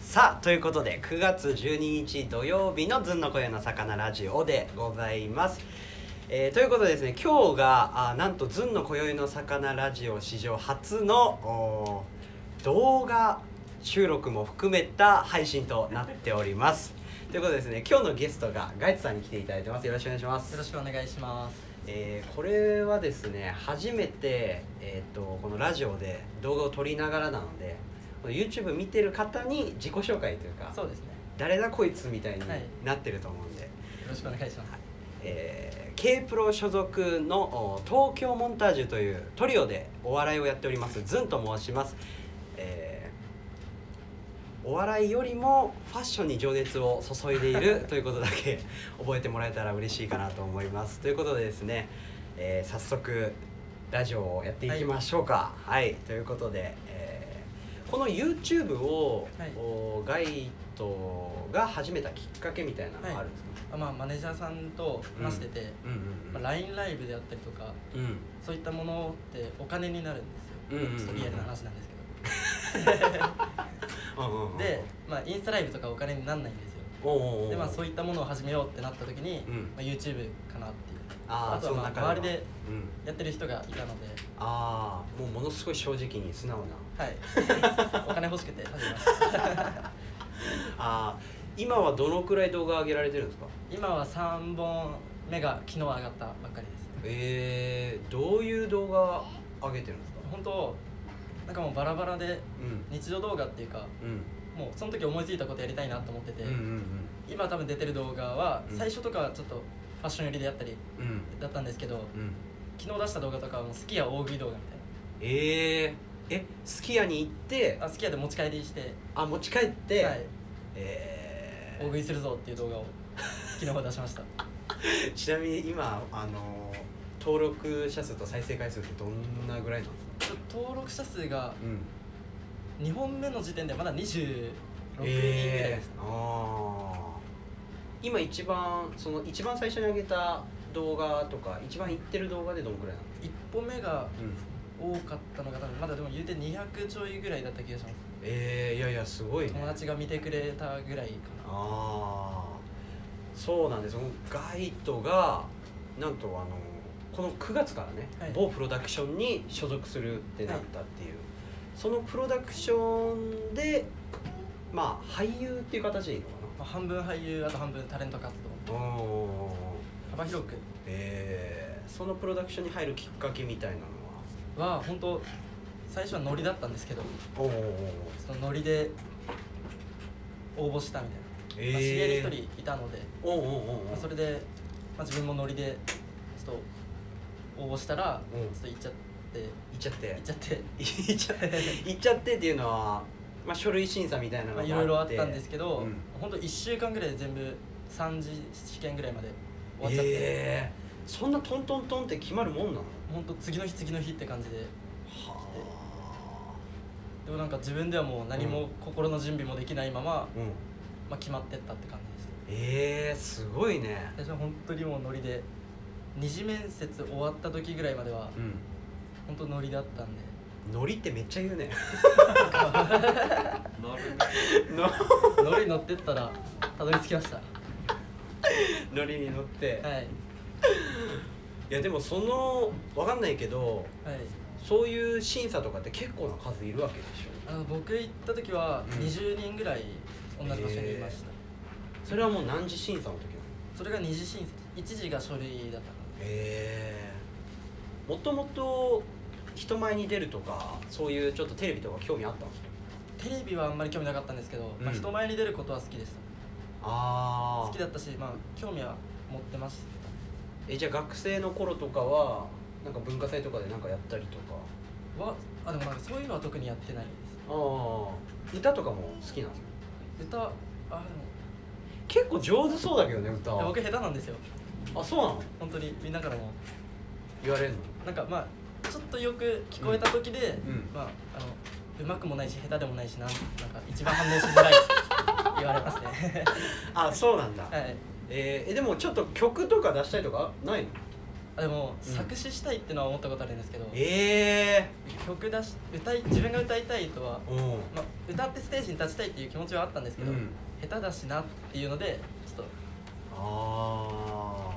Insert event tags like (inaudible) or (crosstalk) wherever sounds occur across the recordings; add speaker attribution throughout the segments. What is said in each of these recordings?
Speaker 1: さあということで9月12日土曜日の「ずんの小屋の魚ラジオ」でございます。えーということでですね今日があなんと「ずんの今宵の魚ラジオ」史上初のおー動画収録も含めた配信となっております。ということでですね今日のゲストがガイツさんに来ていただいてますよろしくお願いします
Speaker 2: よろ。しくお願いします。
Speaker 1: えーこれはですね初めて、えー、とこのラジオで動画を撮りながらなのでこの YouTube 見てる方に自己紹介というか
Speaker 2: そうですね。
Speaker 1: 誰だこいつみたいに
Speaker 2: はい
Speaker 1: なってると思うんで、
Speaker 2: よろしくお願いします。
Speaker 1: えー、K プロ所属のお東京モンタージュというトリオでお笑いをやっておりますズンと申します、えーお笑いよりもファッションに情熱を注いでい
Speaker 2: (laughs)
Speaker 1: るということだけ (laughs) 覚えてもらえたら嬉しいかなと思いますということでですね、えー早速ラジオをやっていきましょうかはい、ということで、えーこの YouTube を、
Speaker 2: はい
Speaker 1: おガイドが始めたきっかけみたいなのはあるんですか、
Speaker 2: あまあマネージャーさんと話してて、
Speaker 1: うんうん
Speaker 2: まあ、LINE ライブであったりとか、
Speaker 1: うん
Speaker 2: そういったものってお金になるんですよ。
Speaker 1: うんうんうんうん
Speaker 2: ちょっとリアルな話なんですけ
Speaker 1: うんうんうん
Speaker 2: ど。で、まあインスタライブとかお金にならないんですよ。
Speaker 1: おうおうおう
Speaker 2: でまあそういったものを始めようってなった時に、
Speaker 1: うん
Speaker 2: まあ YouTube かなっていう。
Speaker 1: あー
Speaker 2: あとはまあ
Speaker 1: その中
Speaker 2: 周りで
Speaker 1: うん
Speaker 2: やってる人がいたので、
Speaker 1: ああもうものすごい正直に素直な (laughs)
Speaker 2: はい。お金欲しくて始めました。
Speaker 1: ああ今はどのくらい動画上げられてるんですか
Speaker 2: 今は3本目が昨日上がったばっかりです。
Speaker 1: えー、どういう動画上げてるんですか
Speaker 2: 本当なんかもうバラバラで
Speaker 1: うん
Speaker 2: 日常動画っていうか
Speaker 1: うん
Speaker 2: もうその時思いついたことやりたいなと思ってて、
Speaker 1: うんうん
Speaker 2: 今多分出てる動画は
Speaker 1: うん
Speaker 2: 最初とかはちょっとファッション寄りでやったり
Speaker 1: うんうん
Speaker 2: だったんですけど
Speaker 1: うん
Speaker 2: 昨日出した動画とかはもうすき家大食い動画み
Speaker 1: えー、えすき家に行って
Speaker 2: たいなあすき家で持ち帰りして、
Speaker 1: あ持ち帰って、
Speaker 2: はい、
Speaker 1: え
Speaker 2: 大食いするぞっていう動画を昨日出しました
Speaker 1: ー、ちなみに今あのー登録者数と再生回数ってどんなぐらいなんですか (laughs)
Speaker 2: ちょっと登録者数が
Speaker 1: うん
Speaker 2: 2本目の時点でまだ26人ぐらい
Speaker 1: え
Speaker 2: です、
Speaker 1: ー、あー今一番その一番最初に上げた動画とか一番いってる動画でどのくらいなの
Speaker 2: 一1本目が
Speaker 1: うん
Speaker 2: 多かったのが多分まだでも言うて200ちょいぐらいだった気がします
Speaker 1: えー、いやいやすごいね
Speaker 2: 友達が見てくれたぐらいか
Speaker 1: あ
Speaker 2: な
Speaker 1: あそうなんですそのガイドがなんとあのこの9月からね、
Speaker 2: はい
Speaker 1: 某プロダクションに所属するってなったっていう、そのプロダクションでまあ俳優っていう形でいいのか
Speaker 2: まあ、半分俳優あと半分タレント活動
Speaker 1: なお
Speaker 2: 幅広く
Speaker 1: えー、そのプロダクションに入るきっかけみたいなのは
Speaker 2: は本当最初はノリだったんですけど
Speaker 1: おお
Speaker 2: そのノリで応募したみたいな、まあ知り合いで1人いたので、
Speaker 1: おおおお
Speaker 2: まあ、それで、まあ、自分もノリでちょっと応募したら
Speaker 1: うん
Speaker 2: ちょっと行っちゃって
Speaker 1: 行っちゃって
Speaker 2: 行っちゃって
Speaker 1: 行っちゃって (laughs) 行っちゃってっていうのは、まあ、書類審査みたいなの
Speaker 2: ま
Speaker 1: が
Speaker 2: あいろいろあったんですけど、
Speaker 1: うん
Speaker 2: 本当1週間ぐらいで全部3次試験ぐらいまで終わっちゃって、
Speaker 1: えー、そんなトントントンって決まるもんなの
Speaker 2: 本当次の日次の日って感じで
Speaker 1: は
Speaker 2: でもなんか自分ではもう何も心の準備もできないまま、
Speaker 1: あ、うん、
Speaker 2: まあ、決まってったって感じでした
Speaker 1: えー、すごいね
Speaker 2: 私は本当にもうノリで二次面接終わった時ぐらいまでは
Speaker 1: うん
Speaker 2: 本当ノリだったんで
Speaker 1: ノリってめっちゃ (laughs) 言うね
Speaker 2: ノリ乗ってったらたどり着きましたは
Speaker 1: (laughs) ノリに乗って、
Speaker 2: いはい
Speaker 1: い、やでもそのわかんないけどそういう審査とかって結構な数いるわけでしょ
Speaker 2: あの僕行った時は
Speaker 1: うん
Speaker 2: 20人ぐらい同じ場所にいました、
Speaker 1: それはもう何次審査の時なの
Speaker 2: それが二次審査一次が書類だったので
Speaker 1: へえもともと人前に出るとかそういうちょっとテレビとか興味あったんですか
Speaker 2: テレビはあんまり興味なかったんですけど、ま
Speaker 1: う
Speaker 2: あ、
Speaker 1: ん
Speaker 2: 人前に出ることは好きでした
Speaker 1: あ
Speaker 2: 好きだったしまあ興味は持ってました
Speaker 1: えじゃあ学生の頃とかはなんか文化祭とかでなんかやったりとか
Speaker 2: わあでもなんかそういうのは特にやってないで
Speaker 1: ああ歌とかも好きなんですか
Speaker 2: す歌あでも
Speaker 1: 結構上手そうだけどね歌
Speaker 2: いや僕下手なんですよ
Speaker 1: あそうなの
Speaker 2: 本当にみんなからも
Speaker 1: 言われるの
Speaker 2: なんかまあちょっとよく聞こえた時で、
Speaker 1: うんうん
Speaker 2: まああのうまくもないし下手でもないしななんか一番反応しづらいって (laughs) 言われますね (laughs)
Speaker 1: あそうなんだ、
Speaker 2: はい
Speaker 1: えーえでもちょっと曲とか出したりとかないの
Speaker 2: でも作詞したいってのは思ったことあるんですけど、
Speaker 1: え
Speaker 2: 曲出し歌い自分が歌いたいとは、
Speaker 1: えうん
Speaker 2: まあ、歌ってステージに立ちたいっていう気持ちはあったんですけど、
Speaker 1: うん
Speaker 2: 下手だしなっていうのでちょっ
Speaker 1: あ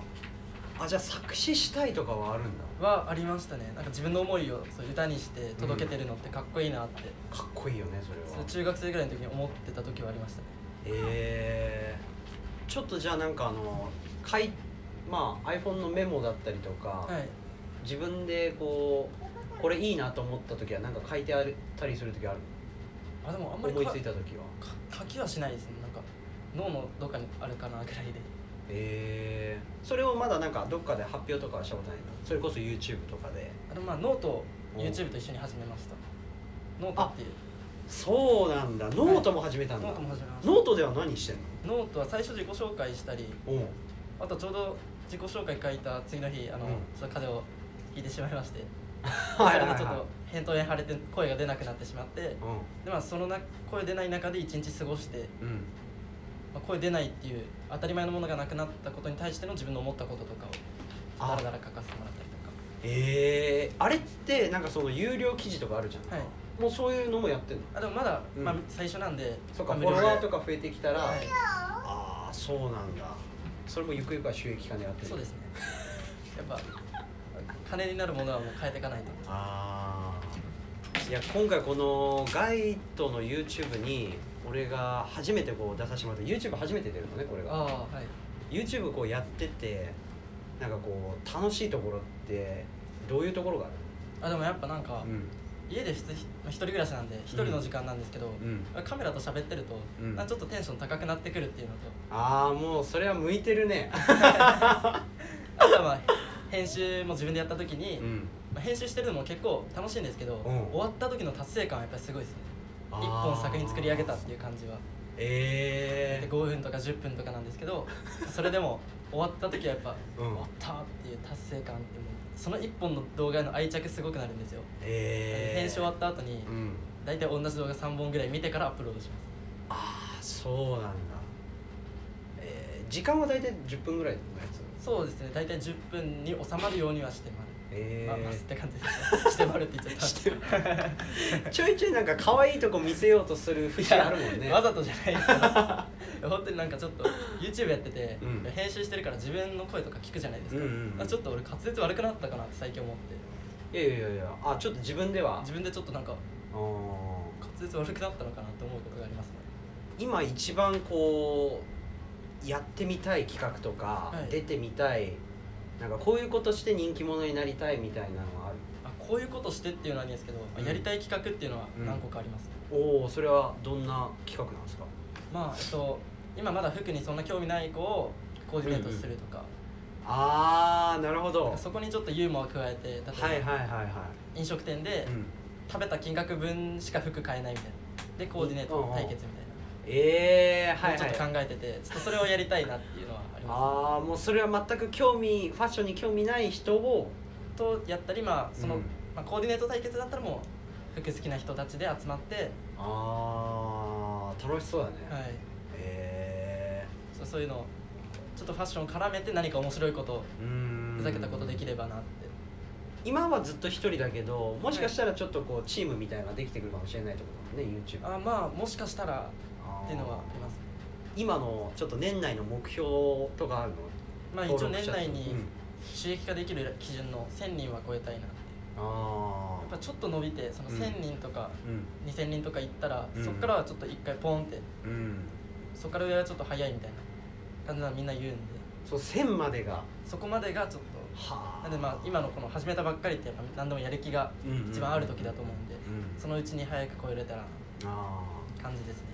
Speaker 1: ーあじゃあ作詞したいとかはあるんだ
Speaker 2: とはありましたねなんか自分の思いをそう歌にして届けてるのってかっこいいなって、
Speaker 1: かっこいいよねそれ
Speaker 2: そ
Speaker 1: は
Speaker 2: れ中学生ぐらいの時に思ってた時はありましたね
Speaker 1: えー、ちょっとじゃあなんかあのかい、まあ、iPhone のメモだったりとか、
Speaker 2: はい
Speaker 1: 自分でこうこれいいなと思った時はなんか書いてあったりする時ある
Speaker 2: あでもあんまり
Speaker 1: 思い
Speaker 2: か
Speaker 1: ついた時は
Speaker 2: か書きはしないですねなんか脳のどっかにあるかなぐらいで
Speaker 1: えー、それをまだなんかどっかで発表とかはしたことないのそれこそ YouTube とかで
Speaker 2: あでもまあノートを
Speaker 1: お
Speaker 2: YouTube と一緒に始めましたノートっていう
Speaker 1: そうなんだノートも始めたんだ、
Speaker 2: ノートも始めました
Speaker 1: ノートでは何してん
Speaker 2: ノートは最初自己紹介したり
Speaker 1: のうん
Speaker 2: あとちょうど自己紹介書いた次の日あの、
Speaker 1: うん
Speaker 2: ちょっと風邪をひいてしまいましてそ
Speaker 1: は
Speaker 2: れ
Speaker 1: いはい
Speaker 2: で
Speaker 1: はい
Speaker 2: ちょっと扁桃炎腫れて声が出なくなってしまってで、
Speaker 1: う
Speaker 2: まあ、そのな声出ない中で一日過ごして、
Speaker 1: んうん
Speaker 2: まあ、声出ないっていう当たり前のものがなくなったことに対しての自分の思ったこととかを
Speaker 1: あ
Speaker 2: ダラダラ書かせてもらったりと
Speaker 1: えー、あれってなんかその有料記事とかあるじゃん、
Speaker 2: かはい
Speaker 1: もうそういうのもやってんの
Speaker 2: あでもまだ、
Speaker 1: うん
Speaker 2: まあ、最初なんで
Speaker 1: そっかフ
Speaker 2: ま
Speaker 1: ォ
Speaker 2: あ無料
Speaker 1: ロ
Speaker 2: で
Speaker 1: ワーとか増えてきたら、
Speaker 2: はい
Speaker 1: ああそうなんだそれもゆくゆくは収益化狙ってる
Speaker 2: そうですねやっぱ金になるものはもう変えていかないと
Speaker 1: ああいや今回このガイドの YouTube に俺が初めてこう出させてもらった YouTube 初めて出るのねこれが
Speaker 2: ああはい
Speaker 1: YouTube こうやっててなんかこう楽しいところってどういうところがあ
Speaker 2: あでもやっぱなんか、
Speaker 1: るうん
Speaker 2: 家で普通ひまあ一人暮らしなんで一人の時間なんですけど、
Speaker 1: うん
Speaker 2: カメラと喋ってると、
Speaker 1: うん
Speaker 2: なんかちょっとテンション高くなってくるって
Speaker 1: (laughs)
Speaker 2: いうのと
Speaker 1: ああもうそれは向いてるね
Speaker 2: あとはまあ編集も自分でやった時に、
Speaker 1: うん
Speaker 2: まあ、編集してるのも結構楽しいんですけど、
Speaker 1: ん
Speaker 2: 終わった時の達成感はやっぱりすごいですね
Speaker 1: あー
Speaker 2: 一本作品作り上げたっていう感じは
Speaker 1: え
Speaker 2: で
Speaker 1: え
Speaker 2: 5分とか10分とかなんですけどそれでも終わった時はやっぱ、
Speaker 1: うん
Speaker 2: 終わったっていう達成感ってもうその一本の動画への愛着すごくなるんですよ、
Speaker 1: ええ
Speaker 2: 編集終わった後に、
Speaker 1: うん
Speaker 2: 大体同じ動画3本ぐらい見てからアップロードします
Speaker 1: ああそうなんだ、えー時間は大体10分ぐらいのやつ
Speaker 2: そうですね大体10分に収まるようにはしてまる、
Speaker 1: え
Speaker 2: まあますって感じですねしてまるって言っちゃっ
Speaker 1: (laughs)
Speaker 2: た
Speaker 1: してるちょいちょいなんか可愛いとこ見せようとする節あるもんね
Speaker 2: わざとじゃないですけど本当になんかちょっと YouTube やってて、
Speaker 1: うん
Speaker 2: 編集してるから自分の声とか聞くじゃないですか,、
Speaker 1: うんうんうん
Speaker 2: ちょっと俺滑舌悪くなったかなって最近思って
Speaker 1: いやいやいやあちょっと自分では
Speaker 2: 自分でちょっとなんか
Speaker 1: あー
Speaker 2: 滑舌悪くなったのかなって思うことがありますね
Speaker 1: 今一番こうやってみたい企画とか、
Speaker 2: はい
Speaker 1: 出てみたいなんかこういうことして人気者になりたいみたいなのはある
Speaker 2: あこういうことしてっていうのはあるんですけど、まあ
Speaker 1: うん
Speaker 2: やりたい企画っていうのは何個かあります、
Speaker 1: おおそれはどんな企画なんですか
Speaker 2: まあえっと今まだ服にそんな興味ない子をコーディネートするとか,、
Speaker 1: ああなるほど
Speaker 2: そこにちょっとユーモアを加えて例えば、
Speaker 1: はいはいはいは
Speaker 2: 飲食店で
Speaker 1: い、うん
Speaker 2: 食べた金額分しか服買えないみたいなでコーディネート対決みたいな、
Speaker 1: ええー、はい
Speaker 2: ちょ
Speaker 1: は
Speaker 2: っと考
Speaker 1: い
Speaker 2: えててちょっとそれをやりたいなっていうのはありま
Speaker 1: ああもうそれは全く興味ファッションに興味ない人を
Speaker 2: すとやったりまあその、
Speaker 1: うん
Speaker 2: まあ、コーディネート対決だったらもう服好きな人たちで集まって、
Speaker 1: ああ楽しそうだね、
Speaker 2: はい、
Speaker 1: え
Speaker 2: そうそういうのをちょっとファッションを絡めて何か面白いこと
Speaker 1: えー、うーん
Speaker 2: ふざけたことできればなって
Speaker 1: 今はずっと一人だけどもしかしたらちょっとこうチームみたいなのができてくるかもしれないってことだもんね YouTube
Speaker 2: あまあもしかしたらっていうのはあります
Speaker 1: 今のちょっと年内の目標とかあるの
Speaker 2: まあ一応
Speaker 1: 登録
Speaker 2: 年
Speaker 1: 者数
Speaker 2: 内に
Speaker 1: うん
Speaker 2: 収益化できる基準の1000人は超えたいなって
Speaker 1: あ
Speaker 2: やっ
Speaker 1: あ
Speaker 2: ぱちょっと伸びてその
Speaker 1: うん
Speaker 2: 1000人とか
Speaker 1: うん
Speaker 2: 2000人とかいったら、
Speaker 1: うん
Speaker 2: そっからはちょっと一回ポンって
Speaker 1: うん
Speaker 2: そっから上はちょっと早いみたいな感じなのみんな言うんで
Speaker 1: そう1000までが
Speaker 2: そこまでがちょっと
Speaker 1: は
Speaker 2: なんでまあ今のこの始めたばっかりってやっぱ何でもやる気が一番ある時だと思うんで、
Speaker 1: うん
Speaker 2: そのうちに早く超えれたらな
Speaker 1: あ
Speaker 2: 感じですね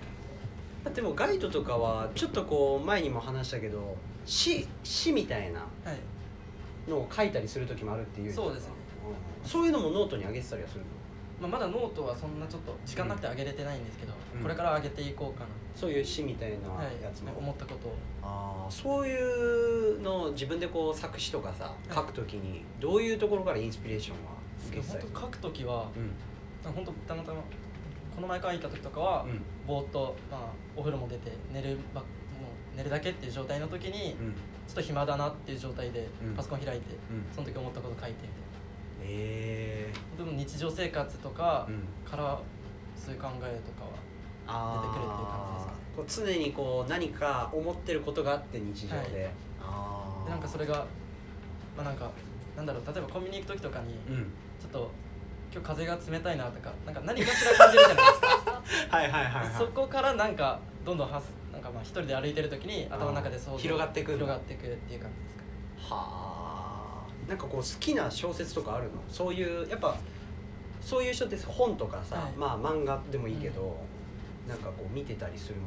Speaker 1: あでもガイドとかはちょっとこう前にも話したけど詩詩みたいな
Speaker 2: はい
Speaker 1: のを書いたりする時もあるっていう
Speaker 2: そうですね
Speaker 1: うんそういうのもノートに上げてたりはするの
Speaker 2: まあ、まだノートはそんなちょっと時間なくて上げれてないんですけど、
Speaker 1: うん
Speaker 2: これから上げていこうか
Speaker 1: そういう詩みたいな
Speaker 2: な、はい
Speaker 1: やつも、
Speaker 2: 思ったことを
Speaker 1: ああそういうのを自分でこう作詞とかさ
Speaker 2: い
Speaker 1: 書くときにどういうところからインスピレーションは受けてた
Speaker 2: 本
Speaker 1: り
Speaker 2: 当書く時は
Speaker 1: うん
Speaker 2: 本当たまたまこの前書いた時とかは、
Speaker 1: うん
Speaker 2: ぼーっと、まあ、お風呂も出て寝るばっもう寝るだけっていう状態の時
Speaker 1: う
Speaker 2: に、
Speaker 1: ん
Speaker 2: ちょっと暇だなっていう状態で
Speaker 1: うん
Speaker 2: パソコン開いて、
Speaker 1: うん
Speaker 2: その時思ったこと書いてみ
Speaker 1: え
Speaker 2: たいなでも日常生活とか
Speaker 1: ーうん、
Speaker 2: からそういう考えとかは
Speaker 1: あー
Speaker 2: 出てくるっていう感じですかね
Speaker 1: こう常にこう何か思ってることがあって日常で、
Speaker 2: はい
Speaker 1: ああ
Speaker 2: でなんかそれがまあなんかなんだろう例えばコンビニ行く時とかに、
Speaker 1: うん
Speaker 2: ちょっと今日風が冷たいなとかなんか何かしら感じるじゃないですか
Speaker 1: はいはいはい、はい、
Speaker 2: そこからなんかどんどんはすなんかまあ一人で歩いてる時に頭の中でそう
Speaker 1: 広がってくんだ
Speaker 2: 広がってくっていう感じですかね
Speaker 1: はあなんかこう好きな小説とかあるのそういうやっぱそういう人って本とかさ、
Speaker 2: はい
Speaker 1: まあ漫画でもいいけど、なんかこう見てたりするも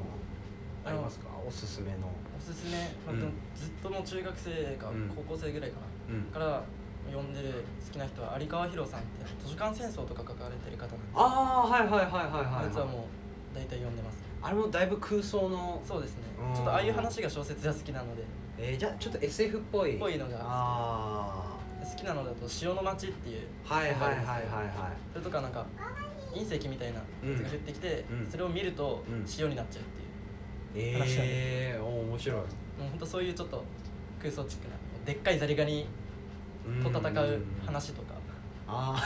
Speaker 1: のありますかおすすめの、
Speaker 2: おすすめ、まあ
Speaker 1: うん
Speaker 2: でもずっともう中学生か
Speaker 1: うん
Speaker 2: 高校生ぐらいかな、
Speaker 1: うん
Speaker 2: から読んでる好きな人は有川博さんって図書館戦争とか書かれてる方なんですけど
Speaker 1: ああはいはいはい
Speaker 2: あ
Speaker 1: はい
Speaker 2: いつ
Speaker 1: は
Speaker 2: はいもう大体読んでます
Speaker 1: あれもだいぶ空想の、
Speaker 2: そうですね
Speaker 1: うん
Speaker 2: ちょっとああいう話が小説が好きなので
Speaker 1: えー、じゃあちょっと SF っぽい
Speaker 2: っぽいのが好き
Speaker 1: あ
Speaker 2: 好きなのだと「潮の町」っていう
Speaker 1: あはいはいはいはい
Speaker 2: い
Speaker 1: は
Speaker 2: それとかなんか隕石みたいなやつが降ってきて、
Speaker 1: うん
Speaker 2: それを見ると
Speaker 1: うん
Speaker 2: 潮になっちゃうっていう、
Speaker 1: いえー、お面白い
Speaker 2: もうほんとそういうちょっと空想チックなでっかいザリガニと戦う話とか
Speaker 1: ああ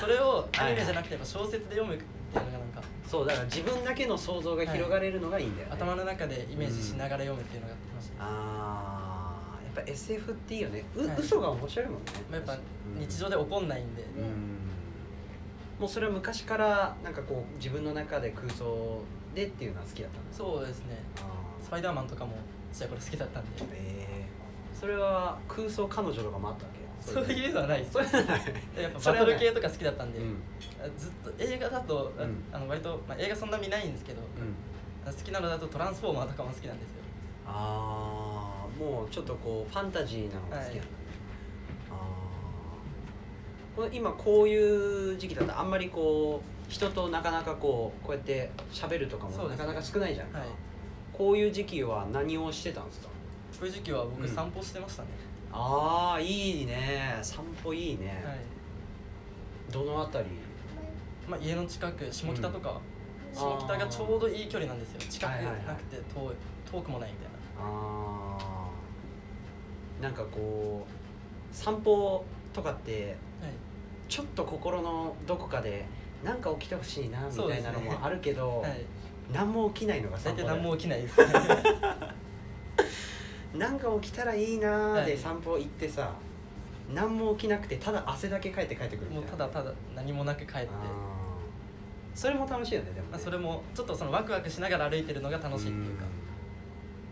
Speaker 2: それを
Speaker 1: はい
Speaker 2: アニメじゃなくてやっぱ小説で読むっていうのがなんか
Speaker 1: そうだから自分だけの想像が広がれるのがいいんだよね、
Speaker 2: 頭の中でイメージしながら読むっていうのが楽しいです、ま
Speaker 1: あーやっぱ SF っていいよねう、
Speaker 2: はい
Speaker 1: 嘘が面白いもんね、
Speaker 2: あ、やっぱ日
Speaker 1: 常
Speaker 2: 常で起こんないんで、
Speaker 1: うん、もうそれは昔からなんかこう自分の中で空想でっていうのは好きだったんです
Speaker 2: そうですね
Speaker 1: あ
Speaker 2: スパイダーマンとかもちっちゃい頃好きだったんで
Speaker 1: ーえーそれは空想彼女とかもあったわけ
Speaker 2: そういうのはないです
Speaker 1: そういうの
Speaker 2: (laughs)
Speaker 1: ない
Speaker 2: やっぱ
Speaker 1: そ
Speaker 2: バ
Speaker 1: れ
Speaker 2: ト
Speaker 1: はね
Speaker 2: ル系とか好きだったん
Speaker 1: う
Speaker 2: で、
Speaker 1: んうん
Speaker 2: ずっと映画だと、あ
Speaker 1: うん
Speaker 2: あの割と、まあ、映画そんな見ないんですけど、好きなのだと「トランスフォーマー」とかも好きなんですよ
Speaker 1: ああもうちょっとこうファンタジーなのが好きなんだね、ああーこの今こういう時期だとあんまりこう人となかなかこうこうやって喋るとか
Speaker 2: そ
Speaker 1: も
Speaker 2: う
Speaker 1: な
Speaker 2: です
Speaker 1: か
Speaker 2: ね
Speaker 1: なか少ないじゃん、
Speaker 2: はい
Speaker 1: こういう時期は何をしてたんですか
Speaker 2: こういう時期は
Speaker 1: うん
Speaker 2: 僕散歩してましたね、
Speaker 1: ああいいね散歩いいね、
Speaker 2: はい
Speaker 1: どのあたり
Speaker 2: まあ、家の近く下北とか、
Speaker 1: ん
Speaker 2: 下北がちょうどいい距離なんですよ近く
Speaker 1: はいはいはい
Speaker 2: なくて遠い遠くもないみたいな
Speaker 1: ああなんかこう散歩とかって
Speaker 2: はい
Speaker 1: ちょっと心のどこかでなんか起きてほしいなみ
Speaker 2: そう
Speaker 1: た
Speaker 2: で
Speaker 1: い
Speaker 2: すね
Speaker 1: なのもあるけど、
Speaker 2: はい、
Speaker 1: 何も起きないのが散歩
Speaker 2: 大体
Speaker 1: だ
Speaker 2: 何も起きな
Speaker 1: (laughs)
Speaker 2: いですね
Speaker 1: なんか起きたらいいなー
Speaker 2: は
Speaker 1: で
Speaker 2: い
Speaker 1: 散歩行ってさ、何も起きなくてただ汗だけかいて帰ってくるみ
Speaker 2: もう
Speaker 1: たいな
Speaker 2: ただただ何もなく帰って
Speaker 1: あーそれも楽しいよねでもね、
Speaker 2: まあ、それもちょっとそのワクワクしながら歩いてるのが楽しいっていうか、
Speaker 1: うん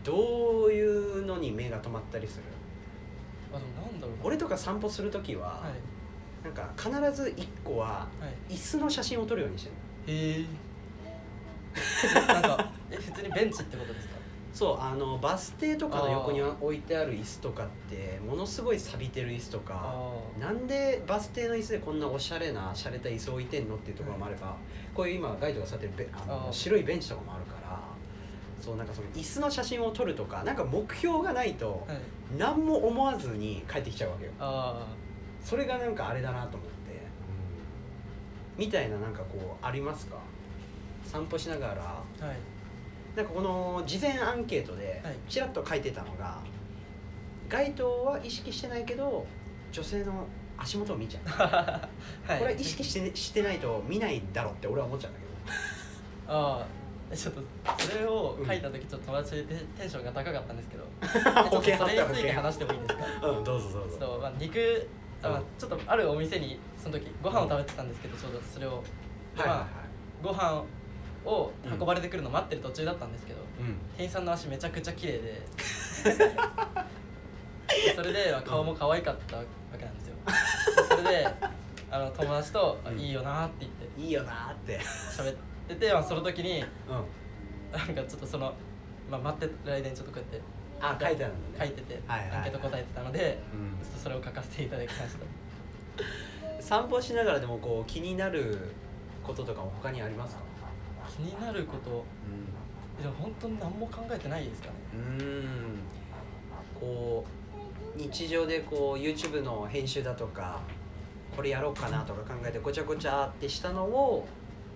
Speaker 1: どういうのに目が止まったりする
Speaker 2: あでもなんだろう
Speaker 1: 俺とか散歩する時は、
Speaker 2: はい
Speaker 1: なんか必ず1個は
Speaker 2: はい
Speaker 1: 椅子の写真を撮るようにしてる
Speaker 2: へえなんかえ普通にベンチってことですか
Speaker 1: そうあのバス停とかの横に
Speaker 2: あー
Speaker 1: 置いてある椅子とかってものすごい錆びてる椅子と
Speaker 2: あ
Speaker 1: か
Speaker 2: あ
Speaker 1: なんでバス停の椅子でこんなおしゃれな洒落た椅子置いてんのっていうところもあれば、こういう今ガイドが座ってるベあの
Speaker 2: あー
Speaker 1: 白いベンチとかもあるからそうなんかその椅子の写真を撮るとかなんか目標がないと
Speaker 2: はい
Speaker 1: 何も思わずに帰ってきちゃうわけよ
Speaker 2: あ
Speaker 1: それがなんかあれだなと思って、みたいななんかこうありますか散歩しながら
Speaker 2: あはい
Speaker 1: なんかこの事前アンケートで
Speaker 2: はい
Speaker 1: ちらっと書いてたのが、街灯は意識してないけど女性の足元を見ちゃう、
Speaker 2: はい
Speaker 1: これは意識して,、してないと見ないだろうって俺は思っちゃうんだけ
Speaker 2: ああちょっとそれを書いた時ちょっと友達でテテンションが高かったんです
Speaker 1: (laughs)
Speaker 2: けどえちょっとそれについて話してもいいですか (laughs)
Speaker 1: どうんどうぞど
Speaker 2: ちょっと、まあ、肉あまあちょっとあるお店にその時ご飯を食べてたんですけどちょうどそれを
Speaker 1: はいはいは
Speaker 2: まあご飯を運ばれてくるの待ってる途中だったんですけど、
Speaker 1: い、うん、
Speaker 2: 店員さんの足めちゃくちゃ
Speaker 1: (laughs)
Speaker 2: 綺麗でそれで顔も可愛かったわけなんです
Speaker 1: (laughs)
Speaker 2: よそれであの友達と「あ
Speaker 1: うん
Speaker 2: いいよな」って言って
Speaker 1: いいよなーって、
Speaker 2: 喋ってて、まあ、その時に
Speaker 1: うん、
Speaker 2: なんかちょっとその、まあ、待ってる間にちょっとこうやっ
Speaker 1: あ
Speaker 2: て
Speaker 1: 書いてあるんだ
Speaker 2: 書い
Speaker 1: ね、
Speaker 2: てて、
Speaker 1: はいはいはい
Speaker 2: アンケート答えてたので、
Speaker 1: うん
Speaker 2: ちょっとそれを書かせていただきました
Speaker 1: 散歩しながらでもこう気になることとかも他にありますか、
Speaker 2: 気になることでも本当に何も考えてないですかね
Speaker 1: うーんこう日常でこう YouTube の編集だとかこれやろうかなとか考えてごちゃごちゃってしたのを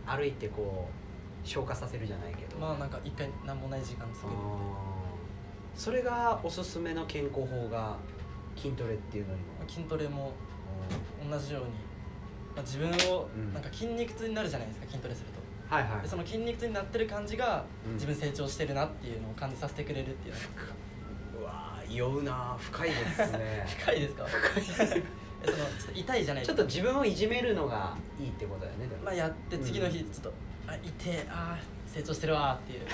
Speaker 1: 歩いてこう消化させるじゃないけど、
Speaker 2: まあなんか一回なんもない時間作
Speaker 1: あー
Speaker 2: る
Speaker 1: それがおすすめの健康法が筋トレっていうのにも
Speaker 2: 筋トレも同じように、まあ、自分を
Speaker 1: うん
Speaker 2: なんか筋肉痛になるじゃないですか筋トレすると
Speaker 1: はいはい
Speaker 2: でその筋肉痛になってる感じが
Speaker 1: うん
Speaker 2: 自分成長してるなっていうのを感じさせてくれるっていう
Speaker 1: (laughs)
Speaker 2: のが
Speaker 1: うわー酔うなー深いですね
Speaker 2: (laughs) 深いですか (laughs) えそのちょっと痛いじゃない
Speaker 1: ちょっと自分をいじめるのがいいってことだよねでも
Speaker 2: まあやって次の日ちょっと、あ痛えあー成長してるわーっていう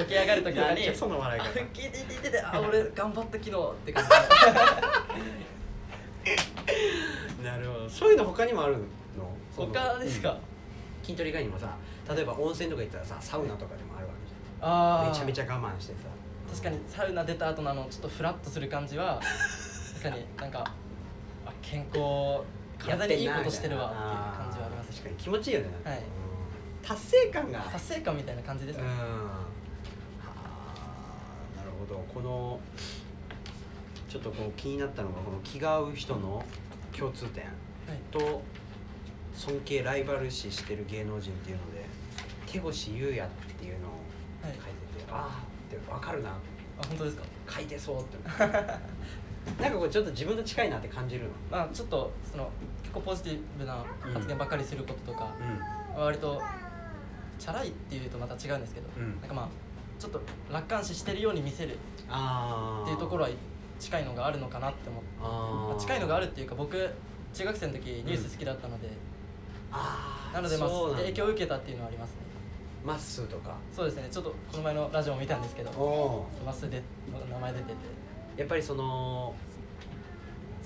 Speaker 2: 起き上がるとき
Speaker 1: なん (laughs)
Speaker 2: に
Speaker 1: じゃその笑い
Speaker 2: あ
Speaker 1: 方
Speaker 2: 腹筋で痛いてあ俺頑張った昨日って感
Speaker 1: なるほどそういうの他にもあるの
Speaker 2: じ
Speaker 1: その
Speaker 2: 他ですか、
Speaker 1: うん筋トレ以外にもさ例えば温泉とか行ったらさサウナとかでもあるわけじゃ
Speaker 2: あ
Speaker 1: ん
Speaker 2: あ
Speaker 1: めちゃめちゃ我慢してさ
Speaker 2: 確かにサウナ出た後のあのちょっとフラッとする感じは確かになんかあ健康体にいいことしてるわっていう感じはあります
Speaker 1: 確
Speaker 2: し
Speaker 1: かに気持ちいいよね、
Speaker 2: はい
Speaker 1: うん達成感が
Speaker 2: 達成感みたいな感じです
Speaker 1: う
Speaker 2: ね
Speaker 1: ん、はあなるほどこのちょっとこう気になったのがこの気が合う人の共通点
Speaker 2: はい
Speaker 1: と尊敬ライバル視してる芸能人っていうので手越優也っていうのを書い
Speaker 2: は
Speaker 1: て
Speaker 2: い
Speaker 1: て、ああって分かるな
Speaker 2: あ本当ですか
Speaker 1: 書いてそうって (laughs) 思ってなんかこうちょっと自分と近いなって感じるの
Speaker 2: まあちょっとその結構ポジティブな発言ばっかりすることとか、割とチャラいっていうとまた違うんですけど、
Speaker 1: うん
Speaker 2: なんかまあちょっと楽観視してるように見せるっ
Speaker 1: ああ
Speaker 2: ていうところ
Speaker 1: は
Speaker 2: は近いのがあるのかなって思って、ま
Speaker 1: あ
Speaker 2: あ近いのがあ
Speaker 1: る
Speaker 2: るっていうか僕中学生の時ニュース好きだったので、
Speaker 1: ああ
Speaker 2: なのでまあ
Speaker 1: そうなんだ
Speaker 2: 影響を受けたっていうのはありますね
Speaker 1: まっすーとか
Speaker 2: そうですねちょっとこの前のラジオも見たんですけど
Speaker 1: おお
Speaker 2: マスでの名前出てて
Speaker 1: やっぱりその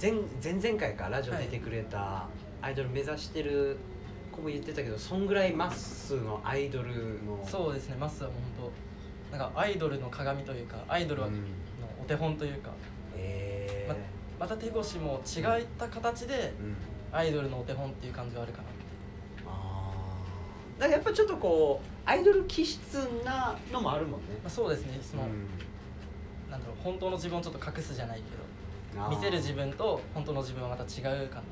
Speaker 1: 前前々回かラジオ出てくれたアイドル目指してる子も言ってたけどそんぐらいまっすーのアイドルの
Speaker 2: そうですねマスはもう本当なんかアイドルの鏡というかアイドルは
Speaker 1: う
Speaker 2: の
Speaker 1: ん
Speaker 2: お手本というか、
Speaker 1: え
Speaker 2: ま
Speaker 1: え
Speaker 2: また手越も違った形で
Speaker 1: うん
Speaker 2: アイドルのお手本っていう感じはあるかなって
Speaker 1: あーだからやっぱちょっとこうアイドル気質なのもあるもんね
Speaker 2: まあ、そうですねその、
Speaker 1: うん
Speaker 2: なんだろう本当の自分をちょっと隠すじゃないけ
Speaker 1: あ
Speaker 2: ど
Speaker 1: ー
Speaker 2: 見せる自分と本当の自分はまた違うかな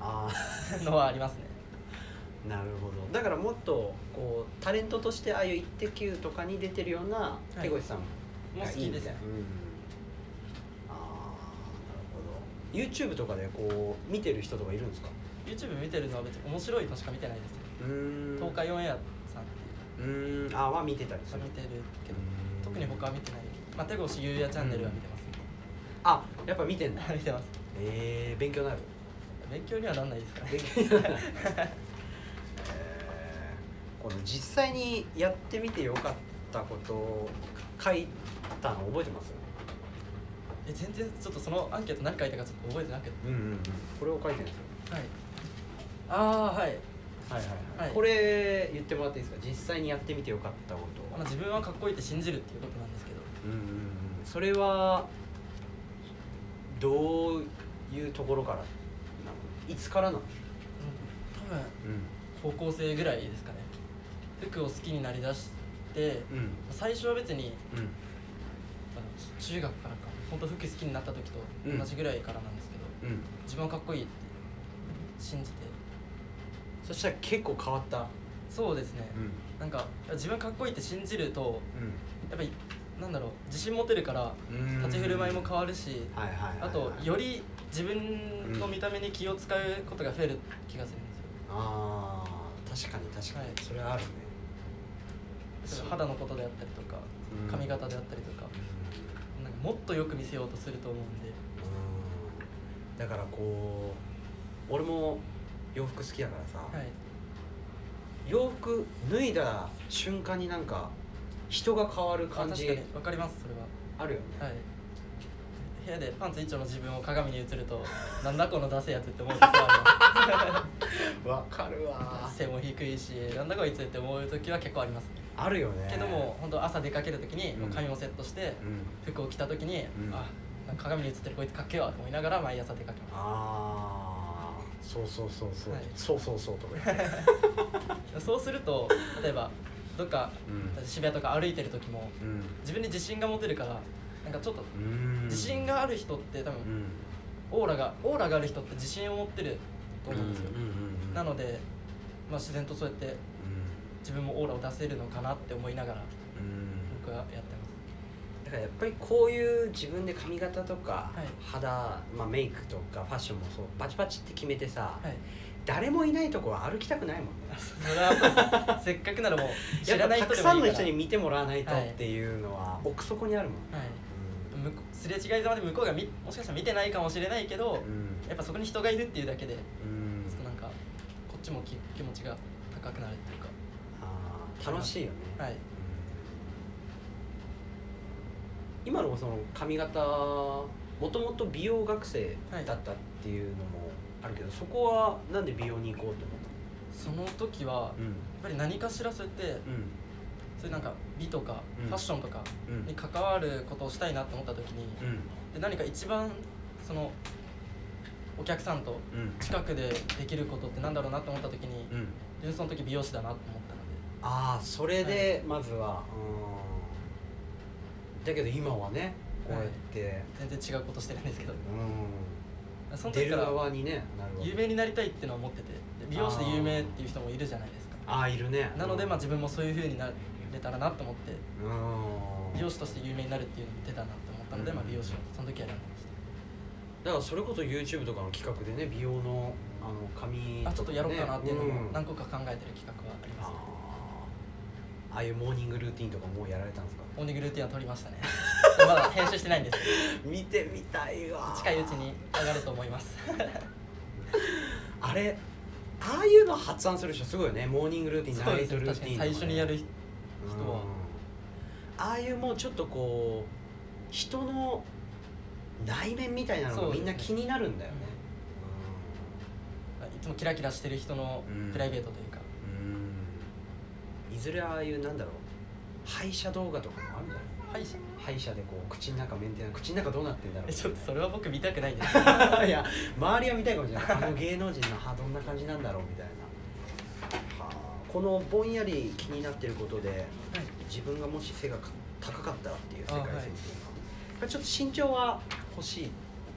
Speaker 1: あー
Speaker 2: っていうのはありますね
Speaker 1: なるほどだからもっとこうタレントとしてああいう「イッテ Q!」とかに出てるような
Speaker 2: はい
Speaker 1: 手越さん
Speaker 2: もう好きです
Speaker 1: ね
Speaker 2: ね
Speaker 1: ああなるほど YouTube とかでこう見てる人とかいるんですか
Speaker 2: YouTube 見てるのは別に面白いのしか見てないですね
Speaker 1: うーん
Speaker 2: 東海オンエアさんっていう
Speaker 1: うーんあーは見てたりす
Speaker 2: の
Speaker 1: る
Speaker 2: は見てるけど特に他は見てないまあ手越ゆうやチャンネルは見てま
Speaker 1: あやっぱ見てん (laughs) だ
Speaker 2: す、 (laughs) 見てます
Speaker 1: えー、勉強になる
Speaker 2: 勉強にはなんないですかね
Speaker 1: 勉強になるえーこの実際にやってみてよかったことを書いたの覚えてます
Speaker 2: (laughs) え全然ちょっとそのアンケート何書いたかちょっと覚えてなくて
Speaker 1: うんうん、うん、これを書いてるんですよ
Speaker 2: はいああはい、
Speaker 1: はいはい
Speaker 2: はい
Speaker 1: これ言ってもらっていいですか実際にやってみてよかったこ
Speaker 2: まあ、
Speaker 1: と
Speaker 2: 自分はかっこいいって信じるっていうことなんですけど
Speaker 1: うんうんうんそれはどういうところからなのいつからなの、
Speaker 2: 多分高校生ぐらいですかね服を好きになりだして
Speaker 1: うんうん
Speaker 2: 最初は別に
Speaker 1: うん
Speaker 2: あのち中学からか本当服好きになった時と同じぐらいからなんですけど、
Speaker 1: うん
Speaker 2: 自分はかっこいいって信じて
Speaker 1: そしたら結構変わった
Speaker 2: そうですね、
Speaker 1: ん
Speaker 2: なんか自分かっこいいって信じるとやっぱりなんだろう自信持てるから
Speaker 1: うん
Speaker 2: 立ち振る舞いも変わるし
Speaker 1: はいはいはいはい
Speaker 2: あとより自分の見た目に気を使うことが増える気がするんですよ
Speaker 1: あー確かに確かに、
Speaker 2: はい
Speaker 1: それはあるね
Speaker 2: それ肌のことであったりとか
Speaker 1: うん
Speaker 2: 髪型であったりとかなんかもっとよく見せようとすると思うんで
Speaker 1: うんだからこう俺も洋服好きだからさ、
Speaker 2: はい
Speaker 1: 洋服脱いだ瞬間になんか人が変わる
Speaker 2: あ
Speaker 1: 感
Speaker 2: 確
Speaker 1: じ
Speaker 2: かにわかりますそれ
Speaker 1: あるよね、
Speaker 2: ははい部屋でパンツ一丁の自分を鏡に映
Speaker 1: (laughs)
Speaker 2: るとなんだこのダセえやつって思う時はあ
Speaker 1: わかる
Speaker 2: りま
Speaker 1: わ
Speaker 2: す背も低いしなんだこいつって思う時は結構あります
Speaker 1: あるよね
Speaker 2: けども本当朝出かける時に
Speaker 1: うん
Speaker 2: 髪もセットして
Speaker 1: うん
Speaker 2: 服を着た時に
Speaker 1: うん
Speaker 2: あなんか鏡に映ってるこいつかっけえわと思いながら毎朝出かけま
Speaker 1: ああそうそうそうそう、
Speaker 2: はい
Speaker 1: そうそうそうとか言って、
Speaker 2: すそうすると例えばどっか渋谷とか歩いてる時も
Speaker 1: うん
Speaker 2: 自分に自信が持てるからなんかちょっと
Speaker 1: うん
Speaker 2: 自信がある人って多分
Speaker 1: うん
Speaker 2: オーラがオーラがある人って自信を持ってると思うんですよ、
Speaker 1: うんうんうんうん
Speaker 2: なのでまあ、自然とそうやって自分もオーラを出せるのかなって思いながら
Speaker 1: うんうん
Speaker 2: 僕はやってます
Speaker 1: だからやっぱりこういう自分で髪型とか
Speaker 2: はい
Speaker 1: 肌、まあ、メイクとかファッションもそうバチバチって決めてさ、
Speaker 2: はい
Speaker 1: 誰もいないとこは歩きたくないもんね
Speaker 2: それはそう
Speaker 1: (laughs)
Speaker 2: ですせっかくならもう知
Speaker 1: や
Speaker 2: ら
Speaker 1: っぱ
Speaker 2: ない
Speaker 1: た
Speaker 2: 人
Speaker 1: く
Speaker 2: で
Speaker 1: さん
Speaker 2: も
Speaker 1: の
Speaker 2: いいか
Speaker 1: 人
Speaker 2: ら
Speaker 1: に見てもらわないと
Speaker 2: はい
Speaker 1: っていうのは奥底にあるもん、
Speaker 2: はい向こうすれ違いざまで向こうがみもしかしたら見てないかもしれないけど
Speaker 1: うん
Speaker 2: やっぱそこに人がいるっていうだけでちょ
Speaker 1: うん
Speaker 2: っとなんかこっちもき気持ちが高くなるっていうか
Speaker 1: あー楽しいよね、
Speaker 2: はい
Speaker 1: うん今のその髪型もともと美容学生だったっていうのもあるけど、そこはなんで美容に行こうと思った
Speaker 2: その時はやっ
Speaker 1: の
Speaker 2: ぱり何かしらそうやって
Speaker 1: う
Speaker 2: そういうなんか美とか
Speaker 1: うん
Speaker 2: ファッションとか
Speaker 1: んうん
Speaker 2: に関わることをしたいなと思った時に
Speaker 1: うん
Speaker 2: で何か一番そのお客さんと
Speaker 1: うん
Speaker 2: 近くでできることってなんだろうなと思った時に
Speaker 1: うん
Speaker 2: 純粋の時美容師だなと思ったので
Speaker 1: ああそれでまずは、うんだけど今はねこうやって、
Speaker 2: 全然違うことしてるんですけどそ
Speaker 1: うん
Speaker 2: の
Speaker 1: 出
Speaker 2: 時か
Speaker 1: る
Speaker 2: ら
Speaker 1: 側にねなるわけ
Speaker 2: 有名になりたいってのは思っててで美容師で有名っていう人もいるじゃないですか
Speaker 1: ああいるね
Speaker 2: なのでまあ
Speaker 1: ず
Speaker 2: 自分もそういう風になれたらなと思って
Speaker 1: うん
Speaker 2: 美容師として有名になるっていうのも出たなと思ったので、
Speaker 1: うん
Speaker 2: まあ、美容師をその時は選んでまし
Speaker 1: だからそれこそ YouTube とかの企画でね美容のあの髪
Speaker 2: たあちょっとやろうかなっていうのも
Speaker 1: ん
Speaker 2: 何個か考えてる企画はあります
Speaker 1: あーああいうモーニングルーティンとかもうやられたんですか
Speaker 2: モーニングルーティンは取りましたね
Speaker 1: (laughs)
Speaker 2: まだ編集してないんですけ
Speaker 1: 見てみたいわ
Speaker 2: ど近いうちに上がると思います
Speaker 1: (laughs) あれああいうの発案する人すごいよねモーニングルーティン
Speaker 2: そう
Speaker 1: ナ
Speaker 2: で
Speaker 1: イ
Speaker 2: す
Speaker 1: ト
Speaker 2: ね
Speaker 1: ルー
Speaker 2: 確
Speaker 1: ティ
Speaker 2: か
Speaker 1: ン
Speaker 2: に
Speaker 1: とかね
Speaker 2: 最初にやる人人は
Speaker 1: うんああいうもうちょっとこう人の内面みたいなの
Speaker 2: そ
Speaker 1: が
Speaker 2: う
Speaker 1: み
Speaker 2: です
Speaker 1: ん
Speaker 2: ね
Speaker 1: な気になるんだよね
Speaker 2: いつもキラキラしてる人の
Speaker 1: うん
Speaker 2: プライベートというか、
Speaker 1: うんいずれああいうなんだろう敗者動画とかもあるんだよ
Speaker 2: 歯医者
Speaker 1: 敗者でこう口の中メンテナンス口の中どうなってんだろう
Speaker 2: えちょっとそれは僕見たくないで
Speaker 1: (laughs) い
Speaker 2: す
Speaker 1: や周りは見たいかもしれないあの芸能人の歯どんな感じなんだろうみたいなはあこのぼんやり気になってることで自分がもし背がか高かったらっていう世界線っていうのは、
Speaker 2: あはい
Speaker 1: やっぱりちょっと身長は欲しいっ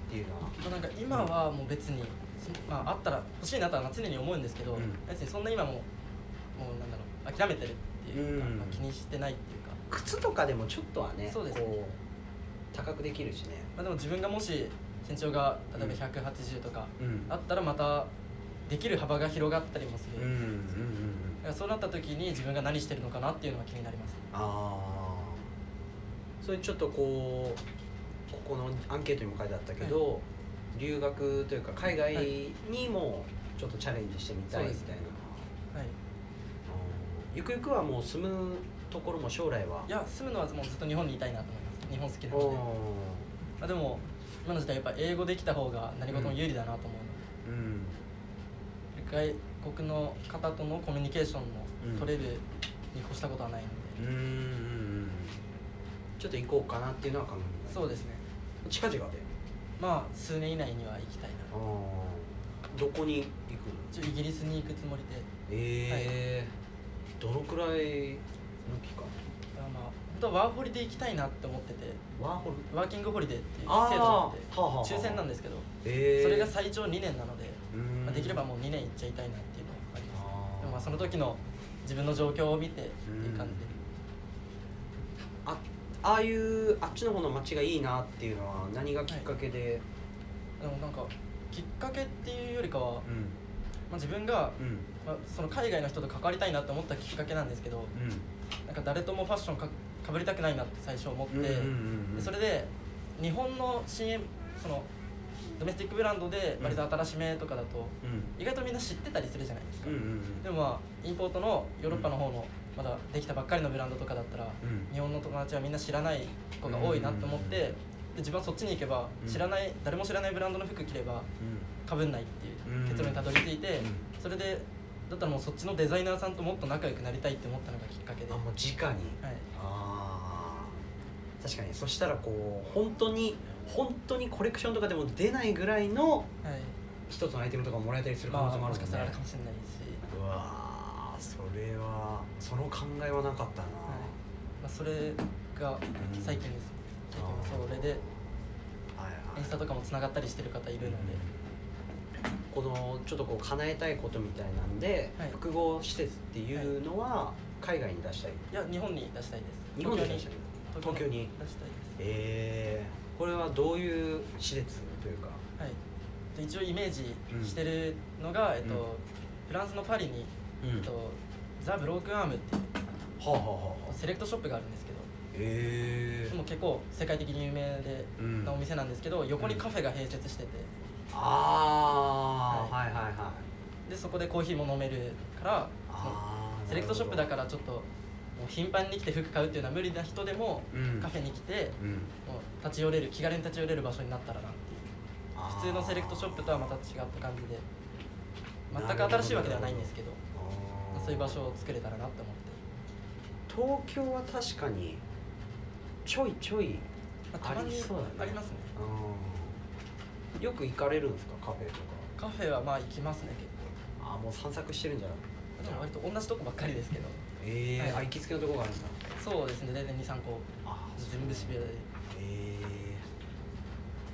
Speaker 1: ていうのは
Speaker 2: まあなんか今はもう別に、そまあ、あったら欲しいなとは常に思うんですけど、
Speaker 1: うん
Speaker 2: 別にそんな今ももうなんだろう諦めてるっていうか、
Speaker 1: うん
Speaker 2: まあ、気にしてないっていうか、
Speaker 1: 靴とかでもちょっとはね
Speaker 2: そうですね
Speaker 1: こう高くできるしね
Speaker 2: まあ、でも自分がもし身長が例えば180とか
Speaker 1: うん
Speaker 2: あったらまたできる幅が広がったりもす
Speaker 1: うん
Speaker 2: る、
Speaker 1: うんう
Speaker 2: だ
Speaker 1: んうん
Speaker 2: からそうなった時に自分が何してるのかなっていうのは気になります
Speaker 1: ああそれちょっとこうここのアンケートにも書いてあったけど、留学というか海外にもちょっとチャレンジしてみたいみた
Speaker 2: そう
Speaker 1: い
Speaker 2: です
Speaker 1: な、
Speaker 2: はい
Speaker 1: うんゆくゆくはもう住むところも将来はい
Speaker 2: や住むのはもうずっと日本にいたいなと思います日本好き
Speaker 1: お
Speaker 2: なの
Speaker 1: ー
Speaker 2: で、まあ、でも今の時代やっぱ英語できた方が何事も有利だなと思うので、
Speaker 1: うん
Speaker 2: 外国の方とのコミュニケーションも取れるに越したことはないの
Speaker 1: う
Speaker 2: で、
Speaker 1: んうんうんちょっと行こうかなっていうのは考えて
Speaker 2: そうですね
Speaker 1: う近々で
Speaker 2: まあ数年以内には行きたいな
Speaker 1: あーどこに行くの
Speaker 2: 一応イギリスに行くつもりで
Speaker 1: ええーどのくらいの期間
Speaker 2: あまあ本当はワーホリで行きたいなって思ってて
Speaker 1: ワーホル
Speaker 2: ワーキングホリデーっていう制度
Speaker 1: あー
Speaker 2: なので
Speaker 1: はあはあはあ
Speaker 2: 抽選なんですけど、
Speaker 1: えー
Speaker 2: それが最長2年なので、
Speaker 1: うーん
Speaker 2: まあ、できればもう2年行っちゃいたいなっていうのはあります
Speaker 1: あー
Speaker 2: でもまあその時の自分の状況を見てっていう感じで、
Speaker 1: あああいうあっちの方の街がいいなっていうのは何がきっかけで、
Speaker 2: でもなんかきっかけっていうよりかは、ま
Speaker 1: うん
Speaker 2: あ、自分が、
Speaker 1: うん
Speaker 2: まあ、その海外の人と関わりたいなって思ったきっかけなんですけどなんか誰ともファッションかかぶりたくないなって最初思って、
Speaker 1: うんうんうんうん
Speaker 2: でそれで日本の CM そのドメスティックブランドで割と新しめとかだと
Speaker 1: うん
Speaker 2: 意外とみんな知ってたりするじゃないですか、
Speaker 1: うんうん
Speaker 2: でもまあインポートのヨーロッパの方のまだできたばっかりのブランドとかだったら
Speaker 1: うん
Speaker 2: 日本の友達はみんな知らない子が多いなと思っ
Speaker 1: うんうんうん
Speaker 2: てで自分はそっちに行けば
Speaker 1: うん
Speaker 2: 知らない誰も知らないブランドの服着ればかぶんないっていう結論にたどり着いて
Speaker 1: うん
Speaker 2: それでだったらもうそっちのデザイナーさんともっと仲良くなりたいって思ったのがきっかけで
Speaker 1: あもう直に
Speaker 2: はい、
Speaker 1: あー確かにそしたらこう本当に本当にコレクションとかでも出ないぐらいの
Speaker 2: はい、
Speaker 1: 一つのアイテムとかもらえたりする可能
Speaker 2: まあ
Speaker 1: 性もあ
Speaker 2: も
Speaker 1: るも
Speaker 2: しか
Speaker 1: ん
Speaker 2: したらあるか
Speaker 1: ね
Speaker 2: もしれないし、
Speaker 1: うわーそれはその考えはなかったな、
Speaker 2: はいまあ、それが最近です、最近はそれで
Speaker 1: はいはい
Speaker 2: インスタとかもつながったりしてる方いるので、
Speaker 1: うこのちょっとこう叶えたいことみたいなんで、
Speaker 2: はい
Speaker 1: 複合施設っていうのは海外に出したい
Speaker 2: いや日本に出したいです
Speaker 1: 日本に出したい東京に
Speaker 2: 出したいです
Speaker 1: えー、これはどういう施設というか
Speaker 2: はい、で一応イメージしてるのが、えっと
Speaker 1: うん
Speaker 2: フランスのパリに、
Speaker 1: うん
Speaker 2: えっと、ザ・ブロークンアームっていう
Speaker 1: はあ、はあはあ、
Speaker 2: セレクトショップがあるんですけど
Speaker 1: え
Speaker 2: でも結構世界的に有名で、
Speaker 1: ーうん
Speaker 2: なお店なんですけど横にカフェが併設してて
Speaker 1: ああ、
Speaker 2: は
Speaker 1: はい、はいはい
Speaker 2: でそこでコーヒーも飲めるからその
Speaker 1: あー
Speaker 2: セレクトショップだ
Speaker 1: なる
Speaker 2: からちょっともう頻繁に来て服買うっていうのは無理な人でも、
Speaker 1: ほどうん
Speaker 2: カフェに来て
Speaker 1: うん
Speaker 2: もう立ち寄れる気軽に立ち寄れる場所になったらなっていう
Speaker 1: あー
Speaker 2: 普通のセレクトショップとはまた違った感じで全く新しいわけではないんですけど
Speaker 1: あー
Speaker 2: そういう場所を作れたらなって思って、
Speaker 1: 東京は確かにちょいちょい
Speaker 2: まあ、たま
Speaker 1: あ
Speaker 2: に
Speaker 1: りそうだね
Speaker 2: ありますね
Speaker 1: うんよく行かれるんですかカフェとか
Speaker 2: カフェはまあ行きますね
Speaker 1: ああもう散策してるんじゃない
Speaker 2: 結構でも割と同じとこばっかりですけど
Speaker 1: ええー
Speaker 2: は
Speaker 1: あ
Speaker 2: い
Speaker 1: 行きつけのとこがあるんだ
Speaker 2: そうですね大体23個
Speaker 1: あー
Speaker 2: 全部渋谷で
Speaker 1: え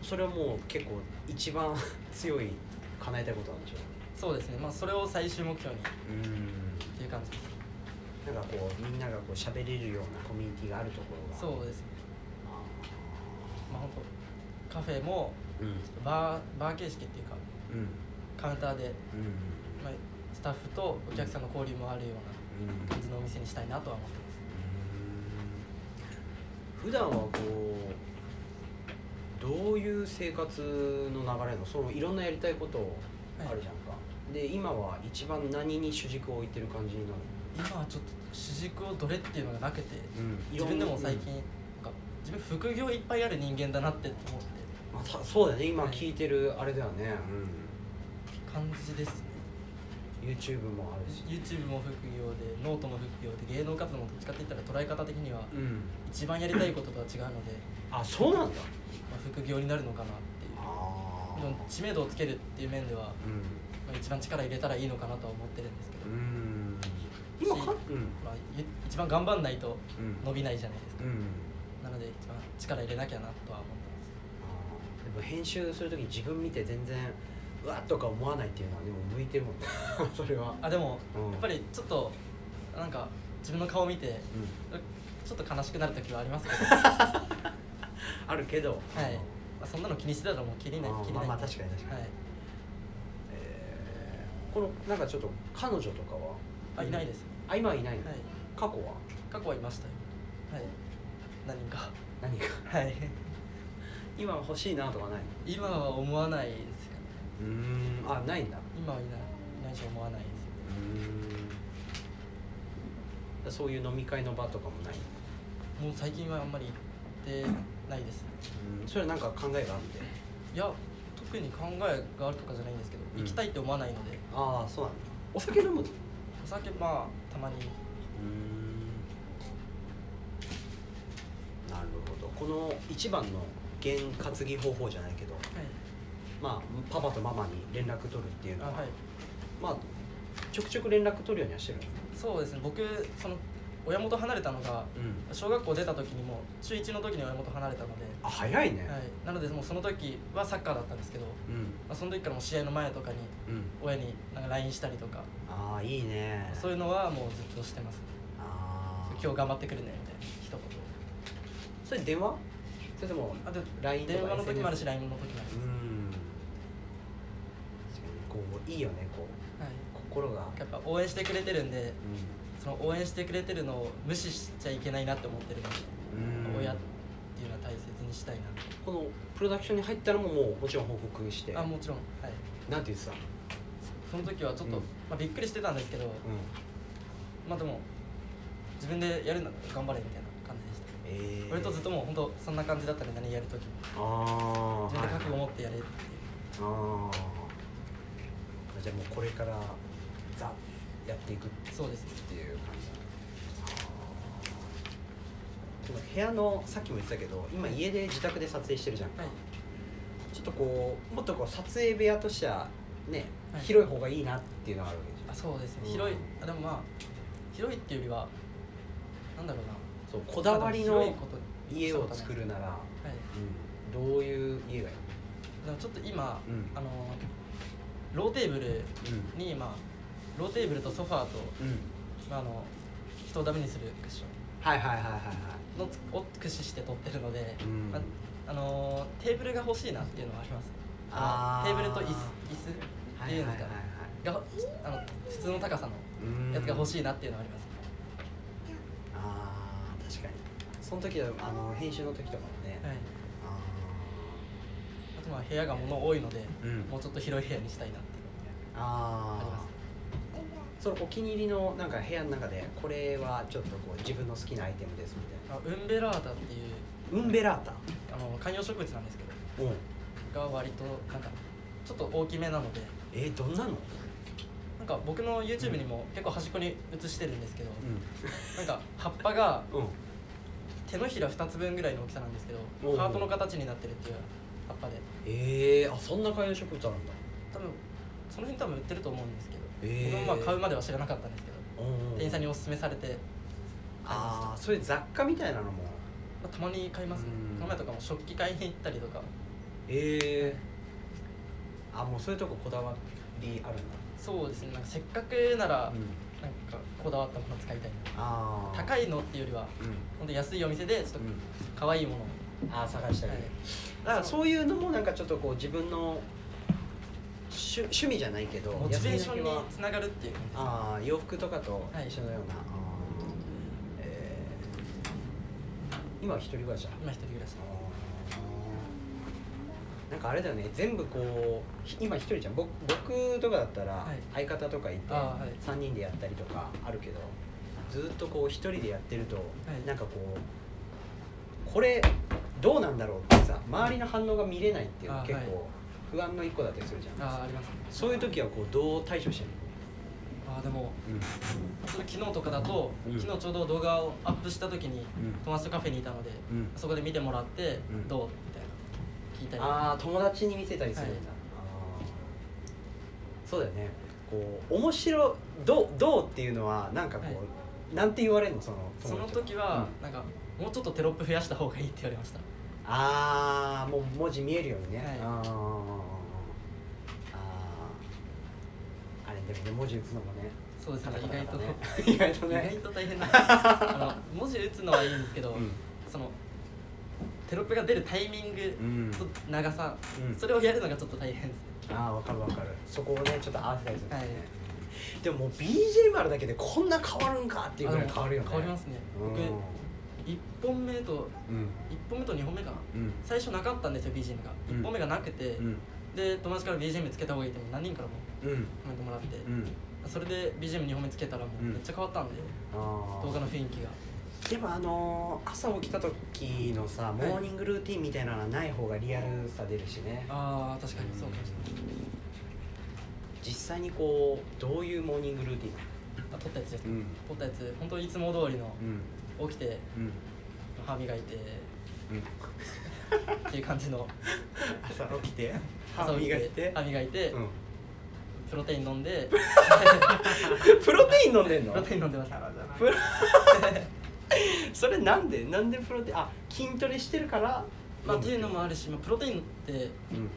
Speaker 1: ー、それはもう結構一番 (laughs) 強い叶えたいことなんでしょ
Speaker 2: そうですねまあそれを最終目標にっ
Speaker 1: ううん
Speaker 2: ていう感じです
Speaker 1: なんかこうみんながこう喋れるようなコミュニティがあるところが
Speaker 2: そうですねまあ本当カフェも
Speaker 1: あーうん
Speaker 2: バーバー形式っていうか
Speaker 1: うん
Speaker 2: カウンターで、
Speaker 1: うん
Speaker 2: まあ、スタッフとお客さんの交流もあるよう
Speaker 1: うんうん
Speaker 2: な感じのお店にしたいなとは思ってます
Speaker 1: 普段はこうどういう生活の流れのそのいろんなやりたいことあるじゃんか、で今は一番何に主軸を置いてる感じになる
Speaker 2: 今はちょっと主軸をどれっていうのがなくて、
Speaker 1: うん
Speaker 2: 自分でも最近、なんか自分副業いっぱいある人間だなって思って
Speaker 1: まあたそうだよね今
Speaker 2: はい
Speaker 1: 聞いてるあれだよね、
Speaker 2: 感じですね
Speaker 1: うん、YouTube もあるし
Speaker 2: YouTube も副業でノートも副業で芸能活動もどっちかって言ったら捉え方的には
Speaker 1: うん
Speaker 2: 一番やりたいこととは違うので、
Speaker 1: あそうなんだ
Speaker 2: まあ、副業になるのかなっていう
Speaker 1: あ
Speaker 2: でも知名度をつけるっていう面では、ま
Speaker 1: う
Speaker 2: あ、一番力入れたらいいのかなとは思ってるんですけど、
Speaker 1: んうん今か
Speaker 2: し
Speaker 1: うん
Speaker 2: まあ、ゆ一番頑張んないと
Speaker 1: うん
Speaker 2: 伸びないじゃないですか、
Speaker 1: うん
Speaker 2: なので一番力入れなきゃなとは思って
Speaker 1: あ
Speaker 2: ます
Speaker 1: ーでも編集する時自分見て全然うわっとか思わないっていうのはでも向いてるもんね (laughs) それは
Speaker 2: あでも、
Speaker 1: うん
Speaker 2: やっぱりちょっとなんか自分の顔を見て
Speaker 1: うん
Speaker 2: ちょっと悲しくなる時はあります
Speaker 1: (laughs)
Speaker 2: けど
Speaker 1: あるけどはい
Speaker 2: まあそんなの気にしてたらもう切りない切り
Speaker 1: ま
Speaker 2: な
Speaker 1: あ
Speaker 2: い
Speaker 1: まあ確かに確かに、
Speaker 2: はい
Speaker 1: えーこのなんかちょっと彼女とかは
Speaker 2: あいないです、
Speaker 1: あ今はいないの、
Speaker 2: はい、
Speaker 1: 過去は
Speaker 2: 過去はいましたよはい何人か (laughs)
Speaker 1: 何か
Speaker 2: はい
Speaker 1: (laughs) 今欲しいなとかないの
Speaker 2: 今は思わないですかね
Speaker 1: うーんあないんだ
Speaker 2: 今はいないいないし思わないですね
Speaker 1: うんそういう飲み会の場とかもない
Speaker 2: もう最近はあんまり行ってないですね
Speaker 1: うんそれはなんか考えがあって
Speaker 2: いや特に考えがあるとかじゃないんですけど、
Speaker 1: うん
Speaker 2: 行きたいって思わないので
Speaker 1: ああそうなんだお酒飲むの
Speaker 2: お酒まあたまに
Speaker 1: なるほどこの一番の原担ぎ方法じゃないけど、
Speaker 2: はい
Speaker 1: まあ、パパとママに連絡取るっていうの
Speaker 2: あ
Speaker 1: は
Speaker 2: はい
Speaker 1: まあ、ちょくちょく連絡取るようにはしてるんですね
Speaker 2: そうですね僕その親元離れたのが小学校出た時にもう中1の時に親元離れたので、
Speaker 1: あ早いね、
Speaker 2: はい、なのでもうその時はサッカーだったんですけど、ま
Speaker 1: うん
Speaker 2: あ、その時からもう試合の前とかに
Speaker 1: うん
Speaker 2: 親になんか LINE したりとか
Speaker 1: ああいいね
Speaker 2: そういうのはもうずっとしてます
Speaker 1: あー
Speaker 2: 今日頑張ってくるねみたいな一言
Speaker 1: それ電話それとも
Speaker 2: あで
Speaker 1: LINE とか
Speaker 2: 電話の時もあるし
Speaker 1: SNS
Speaker 2: LINE の時もあるし、
Speaker 1: うん確かにこういいよねこう
Speaker 2: はい、
Speaker 1: 心が、
Speaker 2: やっぱ応援してくれてるんで
Speaker 1: う
Speaker 2: その応援してくれてるのを無視しちゃいけないなって思ってるので、
Speaker 1: ん
Speaker 2: 親っていうのは大切にしたいな
Speaker 1: このプロダクションに入ったらもうもうもちろん報告して
Speaker 2: あもちろんはい
Speaker 1: なんて言ってたの
Speaker 2: その時はちょっと、
Speaker 1: うん
Speaker 2: まあ、びっくりしてたんですけどまあでも自分でやるんだから頑張れみたいな感じでした
Speaker 1: ええ
Speaker 2: 俺とずっともう本当そんな感じだったね何やる時
Speaker 1: ああ
Speaker 2: も自分で覚悟を
Speaker 1: はい
Speaker 2: 持ってやれっていう
Speaker 1: ああじゃあもうこれからザやっていくっ
Speaker 2: そうですね
Speaker 1: ていう感じだねこの部屋のさっきも言ってたけど今家で自宅で撮影してるじゃん
Speaker 2: はい
Speaker 1: ちょっとこうもっとこう撮影部屋としてはね、
Speaker 2: はい
Speaker 1: 広い方がいいなっていうのがあるわけでし
Speaker 2: あそうですね
Speaker 1: うん
Speaker 2: 広いあでもまあ広いっていうよりはなんだろうな
Speaker 1: ょそうこだわり
Speaker 2: まあ
Speaker 1: の
Speaker 2: でも広いこと
Speaker 1: 家を作るなら、
Speaker 2: はい
Speaker 1: うんどういう家がいい
Speaker 2: でもちょっと今、
Speaker 1: うん
Speaker 2: あのローテーブル
Speaker 1: うん
Speaker 2: に、まあ、ローテーブルとソファーと、
Speaker 1: うん
Speaker 2: まあ、あの人をダメにするクッショ
Speaker 1: はいはいはいはいは
Speaker 2: ンのつを駆使して撮ってるので、
Speaker 1: うん
Speaker 2: まああのテーブルが欲しいなっていうのはあります
Speaker 1: あー
Speaker 2: のテーブルと椅子椅子っ
Speaker 1: い
Speaker 2: ていうんですか、
Speaker 1: はいはいはいはい
Speaker 2: があの普通の高さのやつが欲しいなっていうのはあります、
Speaker 1: あー確かにその時はあの編集の時とかもね、
Speaker 2: はい、
Speaker 1: あ
Speaker 2: あとまあ部屋が物多いので、
Speaker 1: うん
Speaker 2: もうちょっと広い部屋にしたいなっていう
Speaker 1: ーあ
Speaker 2: ありま
Speaker 1: ーそのお気に入りのなんか部屋の中でこれはちょっとこう自分の好きなアイテムですみた
Speaker 2: あウンベラータっていう
Speaker 1: いなウンベラータ
Speaker 2: あの観葉植物なんですけど
Speaker 1: うん
Speaker 2: が割となんかちょっと大きめなので
Speaker 1: えー、どんなの、
Speaker 2: なんか僕の YouTube にも結構端っこに映してるんですけど、
Speaker 1: う
Speaker 2: なんか葉っぱが
Speaker 1: ん、うん
Speaker 2: 手のひら2つ分ぐらいの大きさなんですけ
Speaker 1: おうおう
Speaker 2: どハートの形になってるっていう葉っぱで
Speaker 1: ええあそんな観葉植物あるんだ
Speaker 2: 多分その辺多分売ってると思うんですけど、
Speaker 1: へー
Speaker 2: 僕もまあ買うまでは知らなかったんですけど店員さんにおすすめされて、
Speaker 1: ああそういう雑貨みたいなのも
Speaker 2: まあ、たまに買いますね
Speaker 1: うん
Speaker 2: この前とかも食器買いに行ったりとか
Speaker 1: ええあもうそういうとここだわりあるんだ
Speaker 2: そうですねなんかせっかくなら、なんかこだわったもの使いたいな
Speaker 1: ああ
Speaker 2: 高いのっていうよりは
Speaker 1: うん、
Speaker 2: 本当安いお店でちょっと
Speaker 1: うん
Speaker 2: 可愛いものを、
Speaker 1: ああ探したり、
Speaker 2: はい
Speaker 1: だからそういうのもなんかちょっとこう自分の趣趣味じゃないけど
Speaker 2: モチベーショ
Speaker 1: 休
Speaker 2: ンに
Speaker 1: みの日は
Speaker 2: つながるっていう感じです
Speaker 1: ああ洋服とかと
Speaker 2: はい
Speaker 1: 一緒のような、あーえー今は一人暮らしだ
Speaker 2: 今一人暮らし
Speaker 1: なんかあれだよね全部こうひ今一人じゃん僕僕とかだったら
Speaker 2: はい
Speaker 1: 相方とかいて
Speaker 2: あーはい
Speaker 1: 3人でやったりとかあるけどずっとこう一人でやってると
Speaker 2: い
Speaker 1: なんかこうこれどうなんだろうってさ周りの反応が見れないっていうの
Speaker 2: あー
Speaker 1: 結
Speaker 2: はい
Speaker 1: 構不安の一個だったりするじゃん
Speaker 2: ああありますね
Speaker 1: そういう時はこうどう対処してる
Speaker 2: ああでも
Speaker 1: の
Speaker 2: ちょっと昨日とかだと、
Speaker 1: うん
Speaker 2: 昨日ちょうど動画をアップした時に、
Speaker 1: うん
Speaker 2: 友達とカフェにいたので、
Speaker 1: うん
Speaker 2: そこで見てもらって、
Speaker 1: うん
Speaker 2: どうみたいな聞いたり
Speaker 1: ああ友達に見せたりするんだ、
Speaker 2: はい
Speaker 1: あーそうだよねこう面白どうどうっていうのはなんかこう、
Speaker 2: は
Speaker 1: なんて言われるのその
Speaker 2: その
Speaker 1: 友達とか
Speaker 2: 時は、
Speaker 1: うん
Speaker 2: なんかもうちょっとテロップ増やした方がいいって言われました
Speaker 1: ああもう文字見えるようにね、
Speaker 2: はい
Speaker 1: あーあーあれでもね文字打つのもね
Speaker 2: そうですね意外と、
Speaker 1: (laughs) 意外と
Speaker 2: 意外
Speaker 1: ね
Speaker 2: と大
Speaker 1: (laughs)
Speaker 2: 変なんですあの文字打つのはいいんですけど、
Speaker 1: うん
Speaker 2: そのテロップが出るタイミン
Speaker 1: うん
Speaker 2: グと長さ、
Speaker 1: うん
Speaker 2: それをやるのがちょっと大変ですね
Speaker 1: ああわかるわかるそこをねちょっと合わせたりするんだよね、
Speaker 2: はい
Speaker 1: でももう BGM あるだけでこんな変わるんかっていうぐらい変わるよね
Speaker 2: 変わりますね僕1本目と
Speaker 1: うん
Speaker 2: 1本目と2本目かな
Speaker 1: うん
Speaker 2: 最初なかったんですよ BGM が
Speaker 1: うん
Speaker 2: 1本目がなくて、
Speaker 1: うん
Speaker 2: で友達から BGM つけた方がいいって何人からも
Speaker 1: うん
Speaker 2: コメントもらって、
Speaker 1: うん
Speaker 2: それで BGM2 本目つけたらもう
Speaker 1: うん
Speaker 2: めっちゃ変わったんで、
Speaker 1: あ
Speaker 2: 動画の雰囲気が
Speaker 1: ーでもあのー朝起きた時のさモ
Speaker 2: い
Speaker 1: ーニングルーティンみたいなのはない方がリアルさ出るしね
Speaker 2: ああ確かにそうかもしれ
Speaker 1: 実際にこうどういうモーニングルーティン
Speaker 2: ないあ撮ったやつです、
Speaker 1: ん
Speaker 2: 撮ったやつ本当いつも通りの
Speaker 1: うん
Speaker 2: 起きて
Speaker 1: うん
Speaker 2: 歯磨いて
Speaker 1: うん
Speaker 2: っていう感じの
Speaker 1: 朝起きて歯
Speaker 2: 朝起き
Speaker 1: 磨いて
Speaker 2: 歯磨いて、
Speaker 1: うん
Speaker 2: プロテイン飲
Speaker 1: (laughs)
Speaker 2: んで
Speaker 1: プロテイン飲んでん
Speaker 2: プ
Speaker 1: の
Speaker 2: ロテイン飲んでます
Speaker 1: プロ (laughs) それなんでなんでプロテインあ筋トレしてるから
Speaker 2: まあっていうのもあるし、まあ、プロテインって
Speaker 1: うん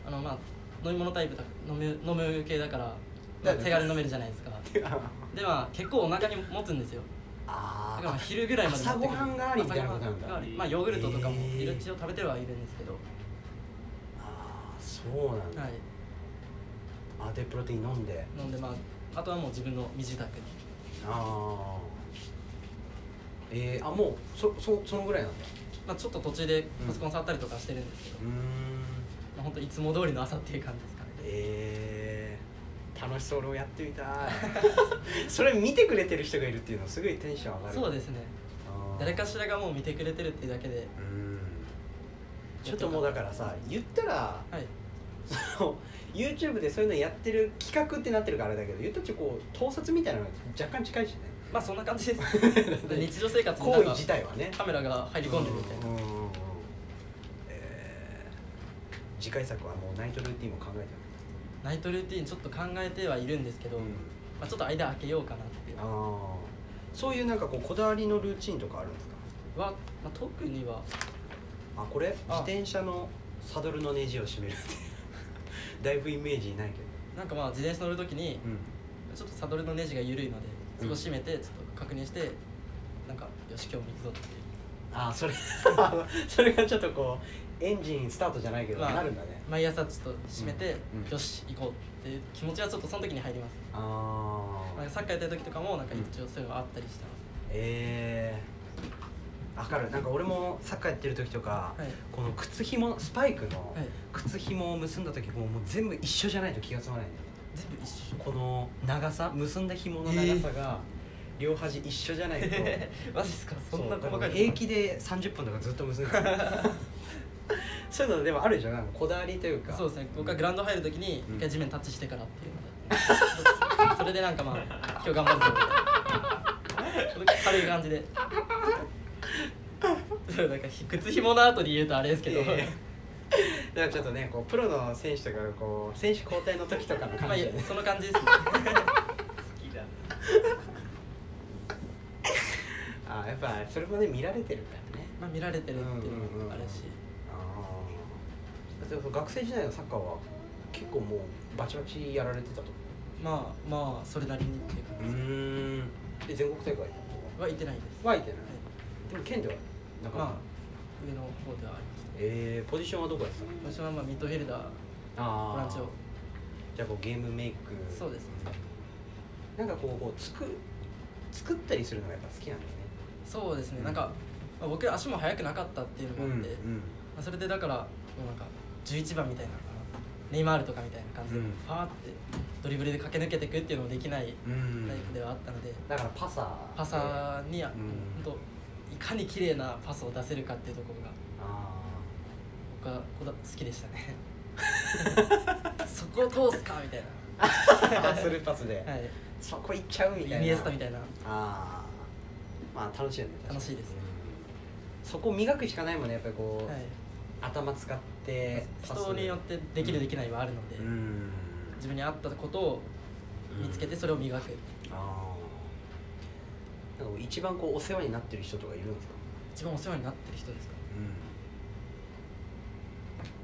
Speaker 2: あのまあ飲み物タイプだ飲む飲む系だから、ま
Speaker 1: だ
Speaker 2: あ、
Speaker 1: よね
Speaker 2: 手軽に飲めるじゃない
Speaker 1: (laughs)
Speaker 2: ですかでまあ結構お腹に持つんですよだ
Speaker 1: あ
Speaker 2: からまあ
Speaker 1: あ
Speaker 2: 昼ぐらいまで持ってくる
Speaker 1: 朝ごはん代わりみたいなことなんだ
Speaker 2: 朝ごは代わりまあヨーグルトとかも
Speaker 1: へー
Speaker 2: いろいろ一応食べてはいるんですけど、
Speaker 1: あーそうなんだ
Speaker 2: はい
Speaker 1: あでプロテイン飲んで
Speaker 2: 飲んでまああとはもう自分の身支度に
Speaker 1: ああえー、あもうそそそのぐらいなんだ
Speaker 2: まあちょっと途中でパソコン触ったりとかしてるんですけど、
Speaker 1: うーん
Speaker 2: まあ本当いつも通りの朝っていう感じですかね
Speaker 1: えー、楽しそう俺もやってみたい (laughs) それ見てくれてる人がいるっていうのすごいテンション上がる
Speaker 2: そう
Speaker 1: す
Speaker 2: ですね誰かしらがもう見てくれてるっていうだけで
Speaker 1: うんちょっともうだからさ言ったら
Speaker 2: はい
Speaker 1: その YouTube でそういうのやってる企画ってなってるからあれだけど言ったちこう盗撮みたいなのが若干近いしね
Speaker 2: まあそんな感じ
Speaker 1: (laughs)
Speaker 2: です日常生活に
Speaker 1: 行
Speaker 2: なん
Speaker 1: 為
Speaker 2: か
Speaker 1: 自体はね
Speaker 2: カメラが入り込んでるみたいな
Speaker 1: うんうんうんうんえー次回作はもうナイトルーティンも考えて
Speaker 2: ナイトルーティーンちょっと考えてはいるんですけど、
Speaker 1: る、
Speaker 2: まあ、ちょっと間空けようかなっていう
Speaker 1: あ
Speaker 2: は、
Speaker 1: あそういうなんかこうこだわりのルーチンとかあるんですか
Speaker 2: まあ、特には
Speaker 1: あこれ自
Speaker 2: あ
Speaker 1: (laughs) 転車のサドルのネジを締めるってだいぶイメージないけど
Speaker 2: なんかまあ自転車乗るときにちょっとサドルのネジが緩いのでそこ締めてちょっと確認してなんかよし今日も行くぞっていう
Speaker 1: ああそれ (laughs) それがちょっとこうエンジンスタートじゃないけど、
Speaker 2: まあ
Speaker 1: なるんだね
Speaker 2: 毎朝ちょっと締めて、
Speaker 1: うんうん
Speaker 2: よし行こうっていう気持ちはちょっとその時に入ります
Speaker 1: あ
Speaker 2: なんか
Speaker 1: あ
Speaker 2: サッカーやってる時とかもなんか一応そういうのあったりして
Speaker 1: ええ分かるなんか俺もサッカーやってる時とか、
Speaker 2: ます、はい
Speaker 1: この靴ひもスパイクの
Speaker 2: はい、
Speaker 1: 靴ひもを結んだ時ももう全部一緒じゃないと気が済まないんだよ
Speaker 2: 全部一緒 (laughs)
Speaker 1: この長さ結んだ紐の長さが両端一緒じゃないと、
Speaker 2: マジっすかそんな
Speaker 1: そう
Speaker 2: 細かい
Speaker 1: 平気で30分とかずっと結んでた (laughs) そういうのでもあるじゃんなんかこだわりというか
Speaker 2: そうですね僕はグラウンド入るときに
Speaker 1: うん
Speaker 2: 一回地面タッチしてからっていうので (laughs) それでなんかまあ今日頑張るぞみたいな軽い感じでそうなんか靴ひもの後に言うとあれですけど、
Speaker 1: いやいやだからちょっとねこうプロの選手とかがこう選手交代の時とかの
Speaker 2: まあ
Speaker 1: 感
Speaker 2: い
Speaker 1: じ
Speaker 2: や
Speaker 1: でね
Speaker 2: その感じですね好きだ
Speaker 1: あやっぱそれもね見られてるからね
Speaker 2: まあ見られてるってい
Speaker 1: う
Speaker 2: う
Speaker 1: んう
Speaker 2: の
Speaker 1: んうん
Speaker 2: もあるし、
Speaker 1: ああ学生時代のサッカーは結構もうバチバチやられてたと
Speaker 2: まあまあそれなりにっていう
Speaker 1: う
Speaker 2: 感じ
Speaker 1: ん
Speaker 2: で
Speaker 1: で全国大会
Speaker 2: すは行ってないです、
Speaker 1: はいてない
Speaker 2: はい
Speaker 1: でも県ではなかな
Speaker 2: まあ
Speaker 1: か
Speaker 2: 上の方ではありまし
Speaker 1: えー、ポジションはどこやって
Speaker 2: た私はまあミッドフィルダー
Speaker 1: たの
Speaker 2: ボランチを
Speaker 1: じゃあこうゲームメイク
Speaker 2: そうですね
Speaker 1: なんかこうこう作作ったりするのがやっぱ好きなんだよね
Speaker 2: そうですねなんか、まあ、僕足も速くなかったっていうのもあって、まあ、それでだからもうなんか11番みたいなネイマールとかみたいな感じで、
Speaker 1: うん
Speaker 2: ファーってドリブルで駆け抜けていくっていうのもできない
Speaker 1: うん、うん
Speaker 2: タイプではあったので、
Speaker 1: だからパサー
Speaker 2: パサーに、あ
Speaker 1: うん
Speaker 2: ほんといかに綺麗なパスを出せるかっていうところが
Speaker 1: あ
Speaker 2: 僕はこだ好きでした
Speaker 1: (laughs)
Speaker 2: ねそこを通すかみたい
Speaker 1: (laughs) ースルーパスで
Speaker 2: な、はい、
Speaker 1: そこ行っちゃうみたいな
Speaker 2: イニエスタみたいな
Speaker 1: ああまあ楽しいよね確かに
Speaker 2: 楽しいですね
Speaker 1: うんそこ磨くしかないもんねやっぱりこう、
Speaker 2: はい、
Speaker 1: 頭使ってパス
Speaker 2: 人によってできるできないはあるので、
Speaker 1: うん
Speaker 2: 自分に合ったことを見つけてそれを磨く、
Speaker 1: ああなんか一番こうお世話になってる人とかいるんですか、
Speaker 2: 一番お世話になってる人ですか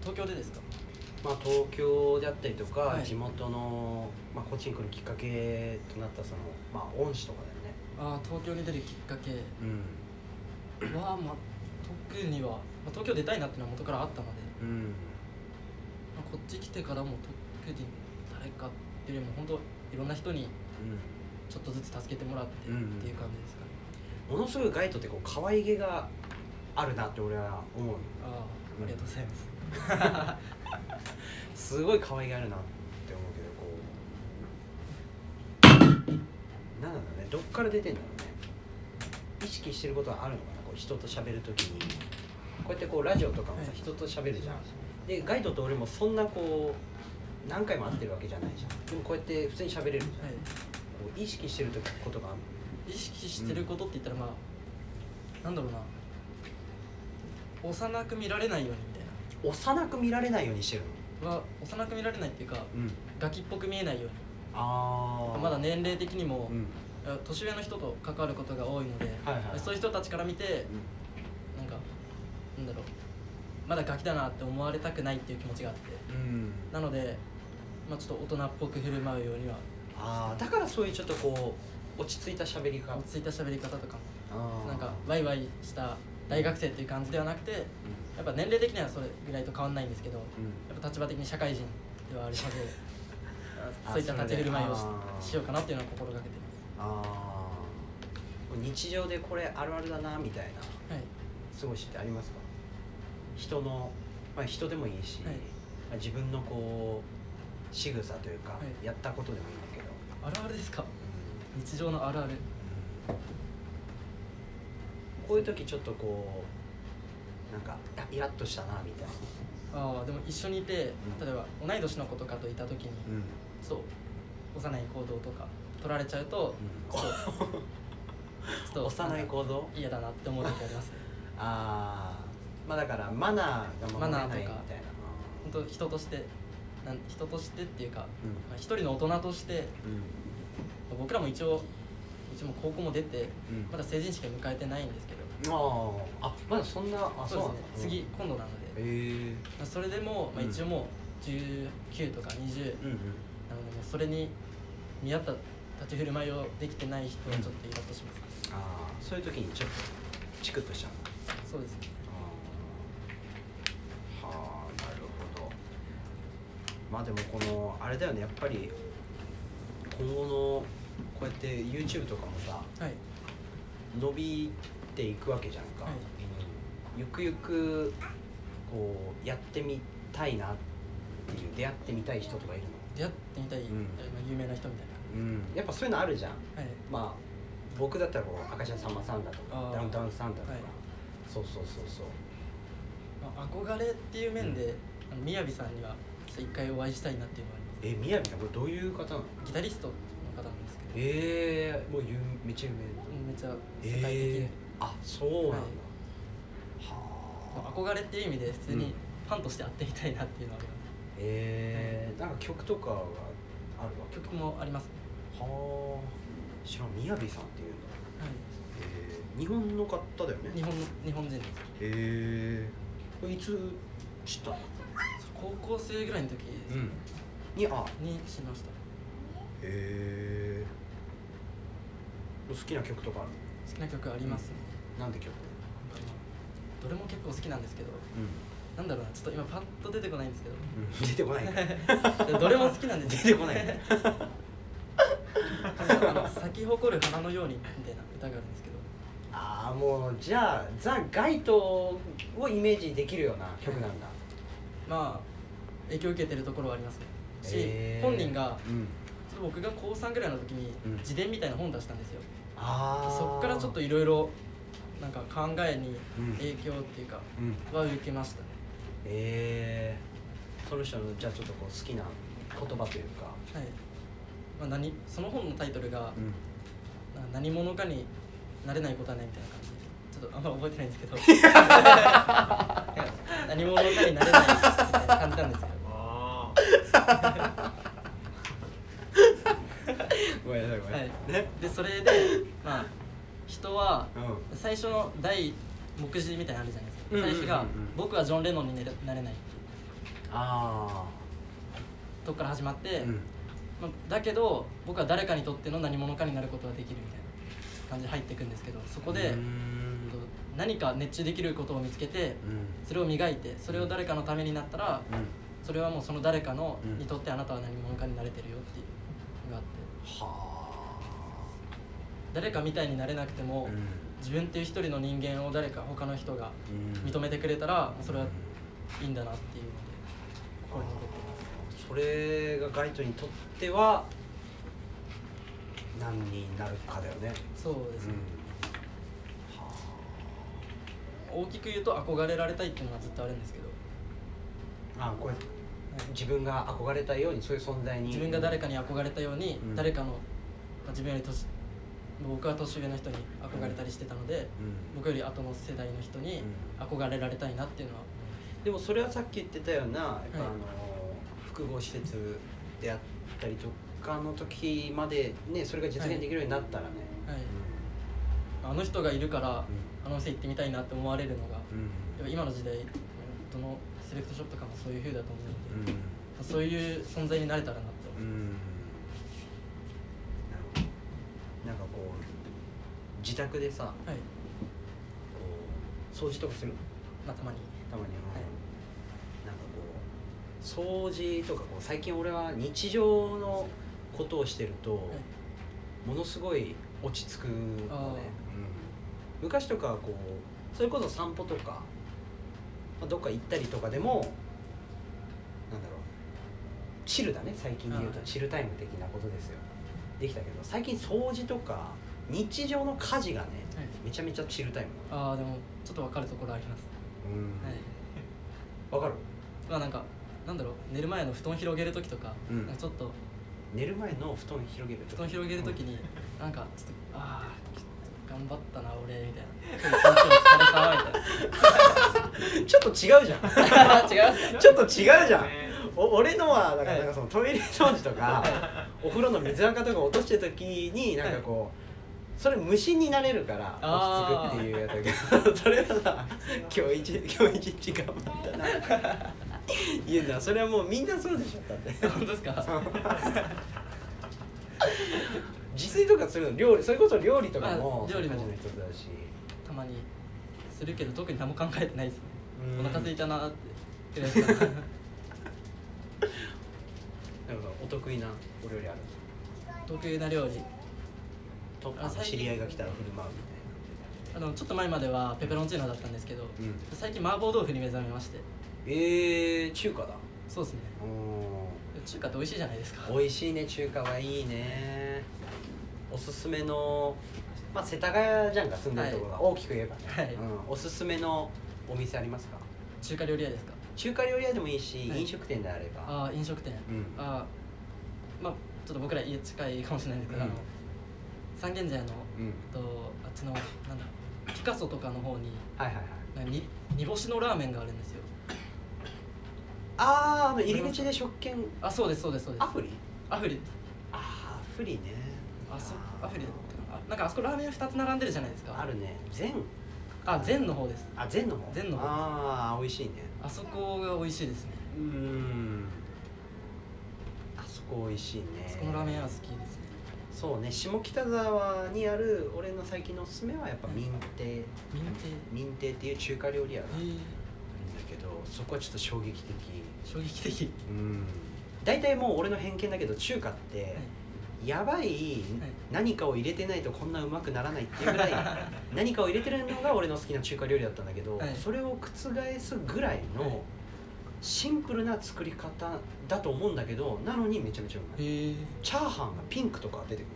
Speaker 2: 東京でですか
Speaker 1: まあ、東京であったりとか、
Speaker 2: はい
Speaker 1: 地元の、まあ、こっちに来るきっかけとなったその、まあ、恩師とか
Speaker 2: ああ東京に出るきっか (clears throat) け
Speaker 1: だよね
Speaker 2: はまあ特には、まあ、東京出たいなっていうのは元からあったので、
Speaker 1: うん、うん、
Speaker 2: まあこっち来てからも特に誰かっていうよりも本当いろんな人にちょっとずつ助けてもらってって
Speaker 1: うんうん
Speaker 2: いう感じですかね、
Speaker 1: ものすごいガイドってこう可愛げがあるなって俺は思う
Speaker 2: ああありがとうございます、
Speaker 1: すごい可愛げあるなって思うけどこうなんだろうねどっから出てんだろうね意識してることはあるのかなこう人と喋るときにこうやってこうラジオとかもさ
Speaker 2: はい
Speaker 1: 人と喋るじゃんでガイドと俺もそんなこう何回も会ってるわけじゃないじゃんでもこうやって普通に喋れるじゃんこ
Speaker 2: は
Speaker 1: う意識してる時ことがある
Speaker 2: い、意識してることって言ったらまあ、なんだろうな幼く見られないようにみたい
Speaker 1: の幼く見られないようにしてるの
Speaker 2: なは幼く見られないっていうか
Speaker 1: うん
Speaker 2: ガキっぽく見えないように
Speaker 1: ああ
Speaker 2: まだ年齢的にも、
Speaker 1: うん
Speaker 2: 年上の人と関わることが多いので、
Speaker 1: はいはい
Speaker 2: そういう人たちから見てなんかなんだろうまだガキだなって思われたくないっていう気持ちがあって
Speaker 1: うん
Speaker 2: なので、まあ、ちょっと大人っぽく振る舞うようには
Speaker 1: ああだからそういうちょっとこう落ち着いた喋り方
Speaker 2: 落ち着いた喋り方とかも
Speaker 1: な
Speaker 2: なんかワイワイした大学生っていう感じではなくてやっぱ年齢的にはそれぐらいと変わんないんですけどやっぱ立場的に社会人ではあるの
Speaker 1: (laughs)
Speaker 2: で
Speaker 1: あ
Speaker 2: そういった立ち振る舞いをし
Speaker 1: それであー
Speaker 2: しようかなっていうのは心がけてま
Speaker 1: あー日常でこれあるあるだなみたいな
Speaker 2: す、はい、
Speaker 1: 過ごしってありますか人の、まあ、人でもいいし、
Speaker 2: はい
Speaker 1: まあ自分のこう仕草というか、
Speaker 2: はい
Speaker 1: やったことでもいいんだけど、
Speaker 2: あるあるですか日常のあるある
Speaker 1: こういう時ちょっとこうなんかあイラッとしたなみたいな、
Speaker 2: ああでも一緒にいて
Speaker 1: うん
Speaker 2: 例えば同い年の子とかといた時にそう幼い行動とか取られちゃうとちょっとちょっと
Speaker 1: 幼い行動
Speaker 2: 嫌だなって思う時あ
Speaker 1: (laughs)
Speaker 2: ります
Speaker 1: あーまあだからマナーが守れないみたいな
Speaker 2: マナーとか本当人としてなん人としてっていうか、
Speaker 1: うん
Speaker 2: まあ、一人の大人として
Speaker 1: う
Speaker 2: 僕らも一応うちも高校も出て
Speaker 1: んうん
Speaker 2: まだ成人式は迎えてないんですけど
Speaker 1: あーあまだそんなあ
Speaker 2: そうですね
Speaker 1: なんだ
Speaker 2: 次今度なので
Speaker 1: へえ
Speaker 2: まあそれでも、まあ、
Speaker 1: うん
Speaker 2: 一応もう19とか20
Speaker 1: うんうん
Speaker 2: なのでもうそれに見合った立ち振る舞いをできてない人はちょっとイラッとします、
Speaker 1: ああそういう時にちょっとチクッとしちゃう
Speaker 2: そうですね
Speaker 1: あーはあなるほどまあでもこのあれだよねやっぱり今後のこうやって YouTube とかもさ
Speaker 2: はい
Speaker 1: 伸びていくわけじゃんか、
Speaker 2: はい
Speaker 1: うんゆくゆくこうやってみたいなっていう出会ってみたい人とかいるの
Speaker 2: 出会ってみたい、
Speaker 1: ん
Speaker 2: 有名な人みたい
Speaker 1: うんやっぱそういうのあるじゃん
Speaker 2: なはい
Speaker 1: まあ僕だったらこう明石家さんまさんだとか
Speaker 2: あー
Speaker 1: ダウンタウンさんだとか、
Speaker 2: はい
Speaker 1: そうそうそうそう
Speaker 2: まあ、憧れっていう面で、あのみやびさんにはちょっと一回お会いしたいなっていうのはありま
Speaker 1: えみやびさんこれどういう方なの
Speaker 2: すギタリストの方なんですけど
Speaker 1: ええもう有めっちゃ有名
Speaker 2: めっちゃ
Speaker 1: え
Speaker 2: 世界的に、
Speaker 1: えあそうなんだ、
Speaker 2: はい
Speaker 1: はあ
Speaker 2: 憧れっていう意味で普通
Speaker 1: うん
Speaker 2: にファンとして会ってみたいなっていうのはあります、
Speaker 1: ええなんか曲とかがあるわけ
Speaker 2: 曲もあります、
Speaker 1: はあ知らんみやびさんっていうんだ
Speaker 2: は
Speaker 1: ええ日本の方だよね
Speaker 2: い、日本の日本人です
Speaker 1: ええこれいつ知ったの
Speaker 2: 高校生ぐらいの時
Speaker 1: んにあ
Speaker 2: に知りました、
Speaker 1: へえ好きな曲とかある
Speaker 2: 好きな曲あります、
Speaker 1: なんで曲
Speaker 2: なんかまあどれも結構好きなんですけど
Speaker 1: う
Speaker 2: なんだろうなちょっと今パッと出てこないんですけど
Speaker 1: ん、出てこない
Speaker 2: で (laughs) もどれも好きなんです
Speaker 1: (laughs) 出てこない
Speaker 2: なんかあの咲き誇る花のようにみたいな歌があるんですけど
Speaker 1: (laughs) ああもうじゃあザ・ガイトをイメージできるような曲なんだ
Speaker 2: まあ影響を受けてるところはありますねし、
Speaker 1: へー
Speaker 2: 本人が
Speaker 1: うん
Speaker 2: ちょっと僕が高3ぐらいの時に
Speaker 1: うん
Speaker 2: 自伝みたいな本出したんですよ、
Speaker 1: ああ
Speaker 2: そっからちょっといろいろなんか考えに
Speaker 1: うん
Speaker 2: 影響っていうか
Speaker 1: うんへ
Speaker 2: は受けましたね
Speaker 1: えその人のじゃあちょっとこう好きな言葉というか
Speaker 2: はい、まあ、何その本のタイトルが
Speaker 1: ん
Speaker 2: 「なんか何者かになれないことはない」みたいな感じでちょっとあんま覚えてないんで
Speaker 1: (laughs)
Speaker 2: すけど何者かになれないみたいな感じなんですけど
Speaker 3: あ
Speaker 1: ごめんなさいごめんなさい
Speaker 2: はい
Speaker 1: ね
Speaker 2: でそれでまあ人は
Speaker 1: う
Speaker 2: 最初の第目次みたいなのあるじゃないですか、
Speaker 1: うんうんうんうん
Speaker 2: 最初が「僕はジョン・レノンになれなれない」
Speaker 1: んあ
Speaker 2: とこから始まって、
Speaker 1: あうん
Speaker 2: まあ、だけど僕は誰かにとっての何者かになることができるみたいな感じで入っていくんですけどそこで、
Speaker 1: うー
Speaker 2: えっ
Speaker 1: ん
Speaker 2: と何か熱中できることを見つけて
Speaker 1: うん
Speaker 2: それを磨いてそれを誰かのためになったら
Speaker 1: うん
Speaker 2: それはもうその誰かの
Speaker 1: うん
Speaker 2: にとってあなたは何者かになれてるよっていうのがあって
Speaker 1: は
Speaker 2: 誰かみたいになれなくて
Speaker 1: あ
Speaker 2: も自分っていう一人の人間を誰か他の人が認
Speaker 1: め
Speaker 2: めてくれたらそれはいいんだなっていうので心に残ってます
Speaker 1: それがガイトにとっては何になるかだよね、
Speaker 2: そうですね
Speaker 1: うんは
Speaker 2: 大きく言うと憧れられたいっていうのはずっとあるんですけど
Speaker 1: ああこれ自分が憧れたようにそういう存在に
Speaker 2: 自分が誰かに憧れたように
Speaker 1: うん
Speaker 2: 誰かのまあ自分より年僕は年上の人に憧れたりしてたの
Speaker 1: う
Speaker 2: で
Speaker 1: ん
Speaker 2: 僕より後の世代の人に憧れられたいなっていうのは
Speaker 1: でもそれはさっき言ってたようなやっぱあ
Speaker 2: はい
Speaker 1: の複合施設であったりとかの時までねそれが実現できるようになったらね、
Speaker 2: はいあの人がいるから
Speaker 1: う
Speaker 2: あの店行ってみたいなって思われるのが
Speaker 1: ん
Speaker 2: やっぱ今の時代どのセレクトショップとかもそういう風だと思うので
Speaker 1: うん、うん
Speaker 2: まあそういう存在になれたらなって
Speaker 1: う
Speaker 2: 思いま
Speaker 1: んなるほどなんかこう自宅でさ
Speaker 2: すはい
Speaker 1: こう掃除とかする
Speaker 2: まあたまに
Speaker 1: たまに、なんかこう掃除とかこう最近俺は日常のことをしてると、
Speaker 2: はい
Speaker 1: ものすごい落ち着くのね
Speaker 2: あ、
Speaker 1: うん昔とかはこうそれこそ散歩とか、まあ、どっか行ったりとかでもなんだろうチルだね最近で言うと
Speaker 2: あー
Speaker 1: チルタイム的なことですよできたけど最近掃除とか日常の家事がね
Speaker 2: はい
Speaker 1: めちゃめちゃチルタイム
Speaker 2: ああでもちょっと分かるところあります
Speaker 1: な
Speaker 2: は
Speaker 1: の
Speaker 2: い
Speaker 1: わ、かる
Speaker 2: まあなんかなんだろう寝る前の布団広げる時とか
Speaker 1: うん
Speaker 2: なんかちょっと
Speaker 1: 寝る前の布団広げる
Speaker 2: 布団広げる時になんかちょっとああちょっと頑張ったな俺みた
Speaker 1: (laughs)
Speaker 2: い
Speaker 1: う
Speaker 2: な今日一日お疲れ様みたいな (laughs)
Speaker 1: ん (laughs) ちょっと違うじゃん (laughs)
Speaker 2: 違う (laughs)
Speaker 1: ちょっと違うじゃん、
Speaker 3: ね
Speaker 1: お俺のはだから
Speaker 2: はい
Speaker 1: なんかそのトイレ掃除とかお風呂の水垢とか落としてる時になんかこうそれ虫になれるから
Speaker 2: あ
Speaker 1: 落 (laughs)
Speaker 2: ー
Speaker 1: ち着くっていうやつだけどそれはさ今日一今日一日頑張ったな言うなそれはもうみんなそうでしょだ
Speaker 2: (laughs)
Speaker 1: って
Speaker 2: 本当ですか
Speaker 1: 自炊とかするの料理それこそ料理とかも、
Speaker 2: まあ料理も
Speaker 1: 初めての人だした
Speaker 2: まにするけど特に何も考えてないですね
Speaker 1: うん
Speaker 2: お腹空いたなってくらいかな
Speaker 1: なんかお得意なお料理ある
Speaker 2: 得意な料理
Speaker 1: と
Speaker 2: あ最
Speaker 1: 知
Speaker 2: 近
Speaker 1: り合いが来たら振る舞うみ
Speaker 2: あのちょっと前まではペペロンチーノだったんですけど、
Speaker 1: たいな、うん、
Speaker 2: 最近麻婆豆腐に目覚めまして
Speaker 1: えー、中華だ
Speaker 2: そうですね
Speaker 1: う
Speaker 2: 中華って美味しいじゃないですか
Speaker 1: ん美味しいね中華はいいねおすすめのまあ世田谷じゃんか住んでるところが、大きく言えばね、
Speaker 2: はい
Speaker 1: うん、おすすめのお店ありますか
Speaker 2: 中華料理屋ですか
Speaker 1: 中華料理屋でもいいし、
Speaker 2: はい
Speaker 1: 飲食店であれば
Speaker 2: ああ飲食店
Speaker 1: うん
Speaker 2: あーまあちょっと僕ら家近いかもしれないんですけど、あの
Speaker 1: うん
Speaker 2: 三軒茶屋の
Speaker 1: うん
Speaker 2: とあっちのなんだピカソとかの方に
Speaker 1: はいはいはい
Speaker 2: なんかに煮干しのラーメンがあるんですよ
Speaker 1: あーあの入り口で食券
Speaker 2: あそうですそうですそうです
Speaker 1: アフリ
Speaker 2: アフリ
Speaker 1: ああアフリね
Speaker 2: あそアフリだったかなあなんかあそこラーメン2つ並んでるじゃないですか
Speaker 1: あるね全
Speaker 2: あ全の方です
Speaker 1: あ全の方
Speaker 2: 善の方
Speaker 1: ああ美味しいね
Speaker 2: あそこが美味しいですね
Speaker 1: うーんあそこ美味しいね
Speaker 2: あそこのラーメン屋は好きですね
Speaker 1: そうね下北沢にある俺の最近のおすすめはやっぱ民亭
Speaker 2: 民定
Speaker 1: 民亭っていう中華料理屋が
Speaker 2: え
Speaker 1: あるんだ
Speaker 2: ー、
Speaker 1: けどそこはちょっと衝撃的
Speaker 2: 衝
Speaker 1: (laughs)
Speaker 2: 撃的
Speaker 1: うん大体もう俺の偏見だけど中華って、
Speaker 2: はい
Speaker 1: やばい何かを入れてないとこんなうまくならないっていうぐらい何かを入れてるのが俺の好きな中華料理だったんだけど、
Speaker 2: はい
Speaker 1: それを覆すぐらい
Speaker 2: はい
Speaker 1: のシンプルな作り方だと思うんだけどなのにめちゃめちゃうま
Speaker 2: え
Speaker 1: い
Speaker 2: ー、
Speaker 1: チャーハンがピンクとか出てくる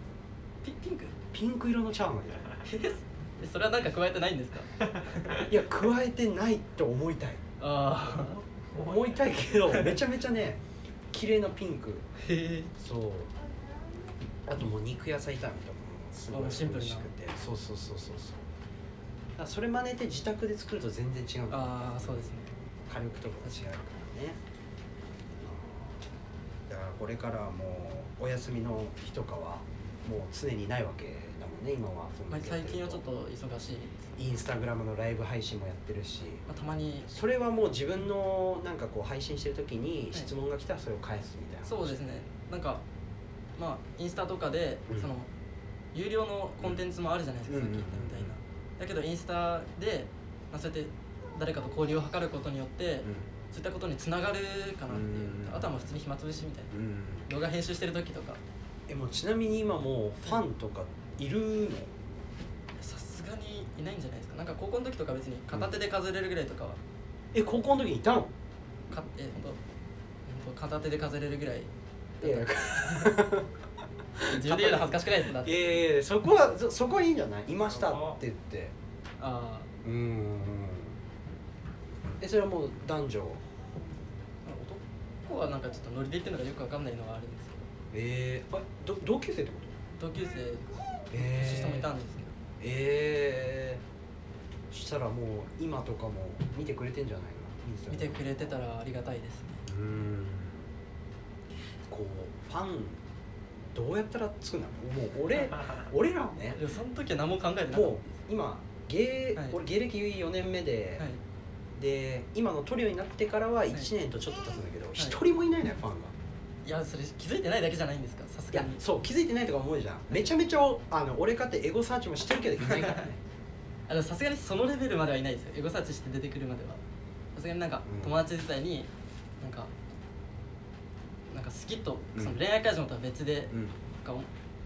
Speaker 2: ピピンク
Speaker 1: ピンク色のチャーハンが出て
Speaker 2: えそれはなんか加えてない
Speaker 1: (laughs)
Speaker 2: んですか
Speaker 1: くるいや加えてないって思いたい
Speaker 2: あ
Speaker 1: 思いたい
Speaker 2: (laughs)
Speaker 1: けどめちゃめちゃね綺麗なピンク
Speaker 2: あへえ
Speaker 1: そうあともう肉野菜炒めとかもす
Speaker 2: あ
Speaker 1: ご
Speaker 2: も
Speaker 1: いう
Speaker 2: シンプルな
Speaker 1: 美味しくてそうそうそうそうそうだからそれ真似て自宅で作ると全然違うんだよ
Speaker 2: ああそうですね
Speaker 1: 火力とかが違うからねだからこれからはもうお休みの日とかはもう常にないわけだもんね今はそん
Speaker 2: ま
Speaker 1: だ
Speaker 2: あ
Speaker 1: けや
Speaker 2: 最
Speaker 1: ってる
Speaker 2: 近はちょっと忙しいです、ね
Speaker 1: インスタグラムのライブ配信もやってるし
Speaker 2: まあ、たまに
Speaker 1: それはもう自分のなんかこう配信してる時に質問が来たらそれを返すみたいな、
Speaker 2: そうですねなんかまあインスタとかで、
Speaker 1: うん
Speaker 2: その有料のコンテンツもあるじゃないですか、
Speaker 1: うん
Speaker 2: さっき言ったみたいな、
Speaker 1: うんうん
Speaker 2: だけどインスタで、まあ、そうやって誰かと交流を図ることによって、そういったことにつながるかなっていう、
Speaker 1: うん
Speaker 2: あとはもう普通に暇つぶしみたいな
Speaker 1: うん、うん
Speaker 2: 動画編集してる時とか
Speaker 1: えもうちなみに今もうファンとかいるの
Speaker 2: さすがにいないんじゃないですかなんか高校の時とか別に片手で数れるぐらいとかは、
Speaker 1: え高校の時いたの
Speaker 2: かえほんとほんと片手で数れるぐらい
Speaker 1: いやいや
Speaker 2: 自分で言うの恥ずかしくないですかだっ
Speaker 1: い
Speaker 2: て
Speaker 1: やいやそこはそそこはいいんじゃないいましたって言って
Speaker 2: あ
Speaker 1: うんうんうんえそれはもう男女
Speaker 2: あ男はなんかちょっとノリで言ってるのがよくわかんないのはあるんですけど
Speaker 1: ええあど同級生ってこ
Speaker 2: 同級生
Speaker 1: と
Speaker 2: 年下もいた
Speaker 1: え
Speaker 2: んですけど、
Speaker 1: えそしたらもう今とかも見てくれてんじゃないのインスタ
Speaker 2: 見てくれてたらありがたいですね
Speaker 1: うんこうファンどうやったら作るのもう (laughs) 俺俺らはね
Speaker 2: いやその時は何も考えてなかった
Speaker 1: もう今芸、
Speaker 2: はい
Speaker 1: 俺芸歴4年目で、
Speaker 2: はい、
Speaker 1: で今のトリオになってからは1年とちょっと経つんだけど一、人もいないのよファンが
Speaker 2: いやそれ気づいてないだけじゃないんですかさす
Speaker 1: い
Speaker 2: が
Speaker 1: や
Speaker 2: に
Speaker 1: そう気づいてないとか思うじゃんめちゃめちゃあの俺かってエゴサーチもしてるけどいないからね
Speaker 2: あのさすがにそのレベルまではいないですよエゴサーチして出てくるまではさすがになんか
Speaker 1: うん
Speaker 2: 友達自体になんかなんか好きと
Speaker 1: うん
Speaker 2: その恋愛感情とは別で
Speaker 1: うん
Speaker 2: なんか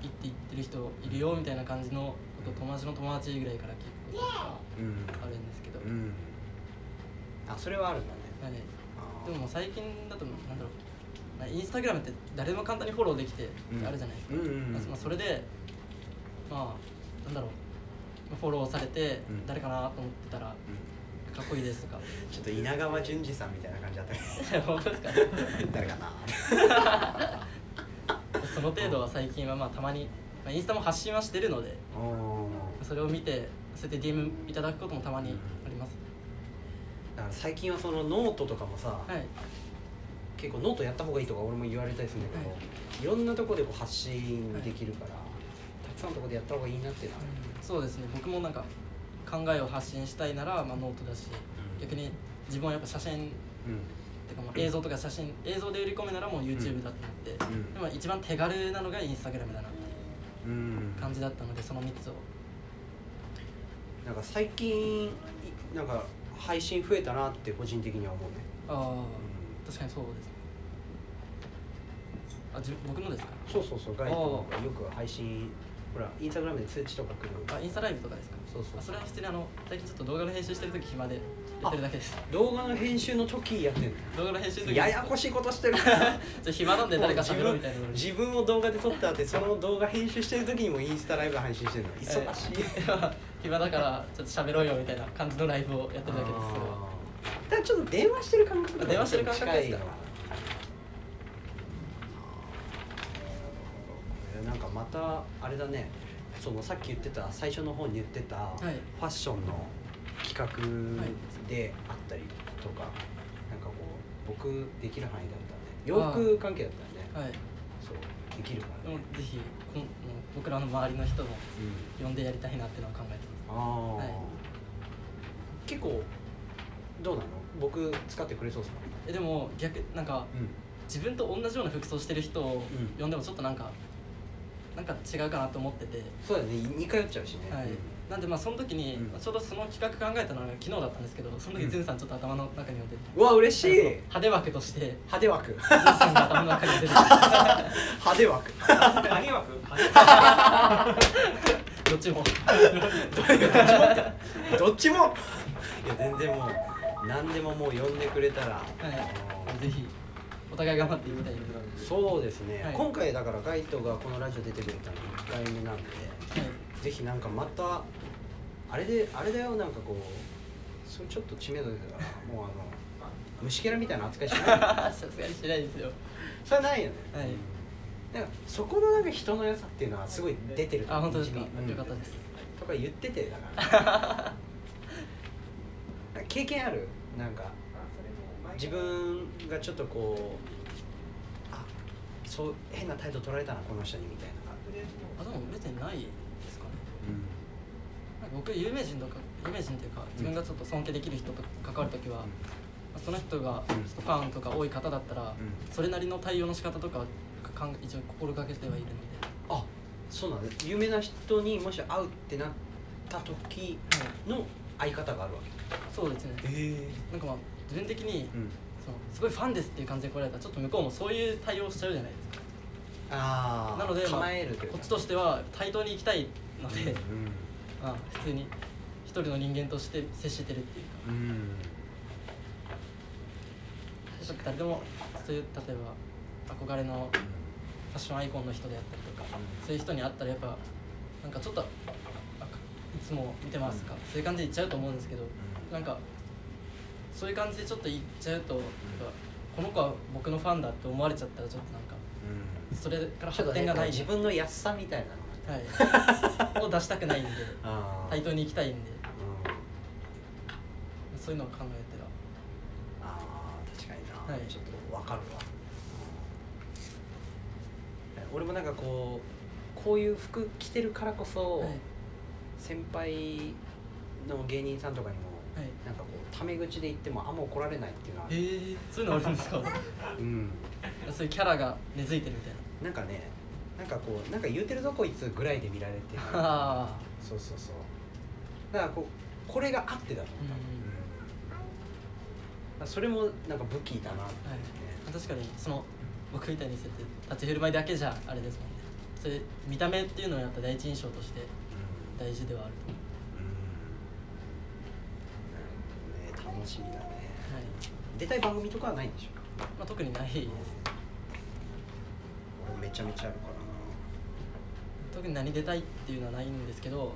Speaker 2: 言って言ってる人いるよみたいな感じのことを友達の友達ぐらいから聞くこととか
Speaker 1: うん
Speaker 2: あるんですけど、
Speaker 1: うんあそれはあるんだね
Speaker 2: はい、
Speaker 1: あー
Speaker 2: でももう最近だとなんだろうなインスタグラムって誰でも簡単にフォローできて
Speaker 1: うん
Speaker 2: あるじゃないですか、
Speaker 1: うんうんうん
Speaker 2: まあそれでまあなんだろうまあフォローされて
Speaker 1: うん
Speaker 2: 誰かなと思ってたらか
Speaker 1: う
Speaker 2: っこいいですとか (laughs)
Speaker 1: んちょっと稲川淳二さんみたいな感じだったけど
Speaker 2: 本当ですか
Speaker 1: (laughs) 誰かな
Speaker 2: その程度は最近はまあたまに、まあ、インスタも発信はしてるので
Speaker 1: おー
Speaker 2: それを見てそうやって DM いただくこともたまにあります、
Speaker 1: だから最近はそのノートとかもさ、
Speaker 2: はい
Speaker 1: 結構ノートやった方がいいとか俺も言われたりするんだけど、、
Speaker 2: はい
Speaker 1: ろんなとこでこう発信できるから、たくさんのとこでやった方がいいなっていうのはある
Speaker 2: そうですね僕もなんか考えを発信したいなら、まあ、ノートだし
Speaker 1: うん
Speaker 2: 逆に自分はやっぱ写真
Speaker 1: うん
Speaker 2: てかもう映像とか写真映像で売り込むならもう YouTube だってなって、
Speaker 1: うん
Speaker 2: でも一番手軽なのが Instagram だなっていう
Speaker 1: うん
Speaker 2: 感じだったのでその3つを
Speaker 1: なんか最近いなんか配信増えたなって個人的には思うね、
Speaker 2: あ
Speaker 1: う
Speaker 2: あ
Speaker 1: ん、
Speaker 2: 確かにそうですねあ自僕のですか
Speaker 1: そうそうそう外部よく配信ほらインスタグラムで通知とか来る
Speaker 2: あインスタライブとかですか
Speaker 1: そうそう
Speaker 2: あそれは普通にあの最近ちょっと動画の編集してる時暇でやってるだけです
Speaker 1: 動画の編集の時やってん
Speaker 2: 動画の編集の
Speaker 1: の
Speaker 2: 時
Speaker 1: ややこしいことしてる
Speaker 2: ちょ暇 (laughs) なんで誰か喋ろうみたいなのに
Speaker 1: 自分自分を動画で撮ってあってその動画編集してる時にもインスタライブ配信してるの
Speaker 2: え
Speaker 1: 忙しい、
Speaker 2: ー (laughs) 暇だからちょっと喋ろうよみたいな感じのライブをやってるだけですけど
Speaker 1: あーただちょっと電話してる感覚とか
Speaker 2: 電話してる感覚ですか
Speaker 1: 近いなあーなんかまたあれだねそのさっき言ってた最初の方に言ってた、
Speaker 2: い
Speaker 1: ファッションの企画であったりとか、なんかこう僕できる範囲だったね洋服関係だったね
Speaker 2: はい
Speaker 1: そうできるから
Speaker 2: で
Speaker 1: ね
Speaker 2: も、ぜひこんもう僕らの周りの人も
Speaker 1: うん
Speaker 2: 呼んでやりたいなっていうのは考えて
Speaker 1: ああ、
Speaker 2: はい
Speaker 1: 結構どうなの僕使ってくれそうですか、
Speaker 2: ますえでも逆なんか
Speaker 1: うん、
Speaker 2: 自分と同じような服装してる人を
Speaker 1: うん
Speaker 2: 呼んでもちょっとなんか、なんか違うかなと思ってて、
Speaker 1: そうだね似通っちゃうしね、
Speaker 2: はいなんでまあその時に、
Speaker 1: うん
Speaker 2: ちょうどその企画考えたのが昨日だったんですけどその時
Speaker 1: うん
Speaker 2: ズンさんちょっと頭の中に呼んでて、
Speaker 1: うんうわ嬉しい
Speaker 2: 派手枠としてズン
Speaker 1: 派手 (laughs) 枠
Speaker 2: さんが頭の中に出て
Speaker 1: (laughs)
Speaker 2: て
Speaker 1: 派手枠
Speaker 3: 何枠
Speaker 2: どっちも
Speaker 1: どっちもいや全然もう何でももう呼んでくれたら、
Speaker 2: はい、ぜひお互い頑張っていきたいので、
Speaker 1: そうですね、
Speaker 2: はい
Speaker 1: 今回だからガイトがこのラジオ出てくれたの1回目なんでぜひなんかまたあれであれだよなんかこうそれちょっと知名度出たからもうあの虫けらみたいな扱いしない (laughs) で
Speaker 2: はい、さすがにしないですよ
Speaker 1: それはないよね、
Speaker 2: はい
Speaker 1: なんかそこのなんか人の良さっていうのはすごい出てる
Speaker 2: あ本当ですか、
Speaker 1: う
Speaker 2: 良
Speaker 1: ん
Speaker 2: よかったです
Speaker 1: とか言っててだから
Speaker 2: (laughs)
Speaker 1: 経験あるなんか自分がちょっとこうあそう変な態度取られたなこの人にみたいな感じで、
Speaker 2: あでも別にないですかねなんか僕有名人とか有名人っていうか自分がちょっと尊敬できる人と関わる時は、まあその人がちょっとファンとか多い方だったら、
Speaker 1: う
Speaker 2: それなりの対応の仕方とかはかん一応心がけてはいるので、
Speaker 1: あそうなんです有名な人にもし会うってなった時の相方があるわ
Speaker 2: そうですね
Speaker 1: けえ
Speaker 2: なんかまあ自分的に、
Speaker 1: うん、
Speaker 2: そのすごいファンですっていう感じで来られたらちょっと向こうもそういう対応しちゃうじゃないですか
Speaker 1: ああ
Speaker 2: なので、まあ
Speaker 1: 構えるというか
Speaker 2: こっちとしては対等に行きたいので、
Speaker 1: う
Speaker 2: まあ、普通に一人の人間として接してるっていうか
Speaker 1: ん、うん
Speaker 2: やっぱ誰でもそういう例えば憧れのファッションアイコンの人であったりとかそういう人に会ったらやっぱなんかちょっとあいつも見てますかそういう感じで言っちゃうと思うんですけどなんかそういう感じでちょっと言っちゃうとやっぱこの子は僕のファンだって思われちゃったらちょっとなんかそれから
Speaker 1: ちょっと
Speaker 2: 発展が
Speaker 1: ね
Speaker 2: ない
Speaker 1: 自分の安さみたいなの
Speaker 2: はい、
Speaker 1: (laughs)
Speaker 2: を出したくないんで
Speaker 1: あ
Speaker 2: 対等に行きたいんで
Speaker 1: うん
Speaker 2: そういうのを考えては
Speaker 1: あー確かにな、
Speaker 2: はい
Speaker 1: ちょっとわかるわうん俺もなんかこうこういう服着てるからこそ、
Speaker 2: はい
Speaker 1: 先輩の芸人さんとかにも、
Speaker 2: はい
Speaker 1: なんかこうタメ口で言ってもあんま怒られないっていうのは、
Speaker 2: えー、そういうのあるんです
Speaker 1: (laughs)
Speaker 2: か
Speaker 1: うん、
Speaker 2: そういうキャラが根付いてるみたい
Speaker 1: なんかねなんかこうなんか言うてるぞこいつぐらいで見られてる
Speaker 2: なああ
Speaker 1: そうそうそうだからこうこれがあってだと思
Speaker 2: う、
Speaker 1: うん多分、うんそれもなんか武器だなって
Speaker 2: はい
Speaker 1: ね
Speaker 2: 確かにその僕みたいにそうやって立ち振る舞いだけじゃあれですもんねそれ見た目っていうのはやっぱ第一印象として大事ではあると思
Speaker 1: うんなるほどね楽しみだね
Speaker 2: う、はい
Speaker 1: 出たい番組とかはないんでしょ
Speaker 2: まあ、特にないです
Speaker 1: 俺めちゃめちゃあるからな
Speaker 2: 特に何出たいっていうのはないんですけど、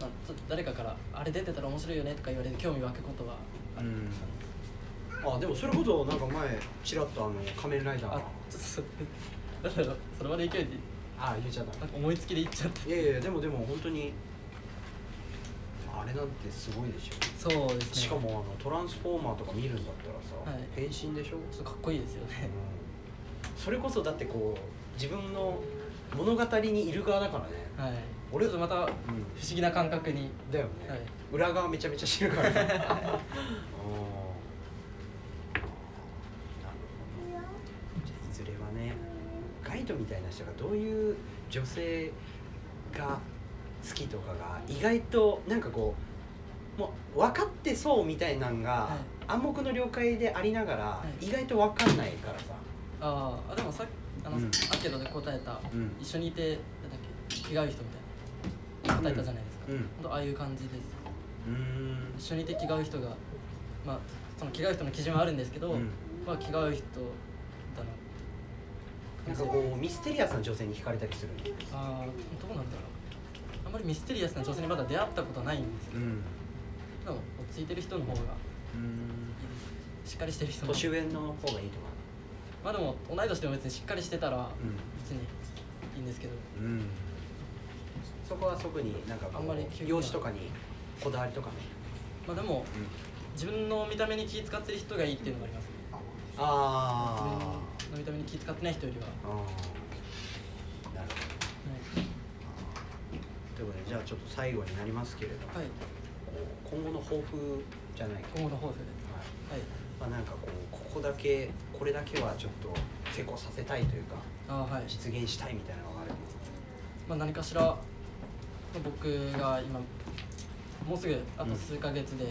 Speaker 2: まあ、ちょっと誰かから「あれ出てたら面白いよね」とか言われて興味湧くことは
Speaker 1: うん、あでもそれこそなんか前ちらっとあの仮面ライダー
Speaker 2: あ
Speaker 1: が
Speaker 2: ちょっとそなんだろうその場で勢いで
Speaker 1: あ言っちゃっ
Speaker 2: な
Speaker 1: た
Speaker 2: んか思いつきで言っちゃった
Speaker 1: いやいやでもでも本当にあれなんてすごいでしょ
Speaker 2: そうですね
Speaker 1: しかもあのトランスフォーマーとか見るんだったらさ、
Speaker 2: はい
Speaker 1: 変身でしょ
Speaker 2: ちょっとかっこいいですよね
Speaker 1: それこそだってこう自分の物語にいる側だからね、
Speaker 2: はい
Speaker 1: 俺
Speaker 2: ちょっとまた不思議な感覚に
Speaker 1: だよね、
Speaker 2: はい (laughs)
Speaker 1: 裏側めちゃめちゃ知るからねあーれはねガイドみたいな人がどういう女性が好きとかが意外となんかこうもう分かってそうみたいなんが、
Speaker 2: は
Speaker 1: 暗黙の了解でありながら、
Speaker 2: い
Speaker 1: 意外と分かんないからさ、
Speaker 2: あーあでもさっあの、
Speaker 1: うん
Speaker 2: アンケートで答えた
Speaker 1: うん
Speaker 2: 一緒にいてなんだっけ気が合う人みたいな答えたじゃないですか、
Speaker 1: うんうん
Speaker 2: ほんとああいう感じです
Speaker 1: うん
Speaker 2: 一緒にいて気が合う人がまあその気が合う人の基準はあるんですけど、
Speaker 1: うん
Speaker 2: まあ気が合う人だ
Speaker 1: な
Speaker 2: な
Speaker 1: んかこうミステリアスな女性に惹かれたりする
Speaker 2: ああどうなんだろうあんまりミステリアスな女性にまだ出会ったことはないんですけど、
Speaker 1: ん
Speaker 2: でも落ち着いてる人の方がいいですしっかりしてる人の方
Speaker 1: 年
Speaker 2: が
Speaker 1: 上の方がいいとか
Speaker 2: まあでも同い年でも別にしっかりしてたら
Speaker 1: う
Speaker 2: 別にいいんですけど
Speaker 1: ん、うん、そこは特になんかこ
Speaker 2: あんまり
Speaker 1: う
Speaker 2: 急には
Speaker 1: 容姿とかにこだわりとかね、
Speaker 2: まあでも自分の見た目に気使ってる人がいいっていうのもありますね
Speaker 1: あ
Speaker 2: 自分の見た目に気使ってない人よりは、
Speaker 1: あなるほどということでじゃあちょっと最後になりますけれども、
Speaker 2: はい
Speaker 1: こう今後の抱負じゃないか、
Speaker 2: 今後の抱負で
Speaker 1: はい
Speaker 2: はい
Speaker 1: まあ、なんかこうここだけこれだけはちょっと成功させたいというか
Speaker 2: ああはい
Speaker 1: 実現したいみたいなのがある
Speaker 2: まあ、何かしらまあ僕が今もうすぐあと数ヶ月で、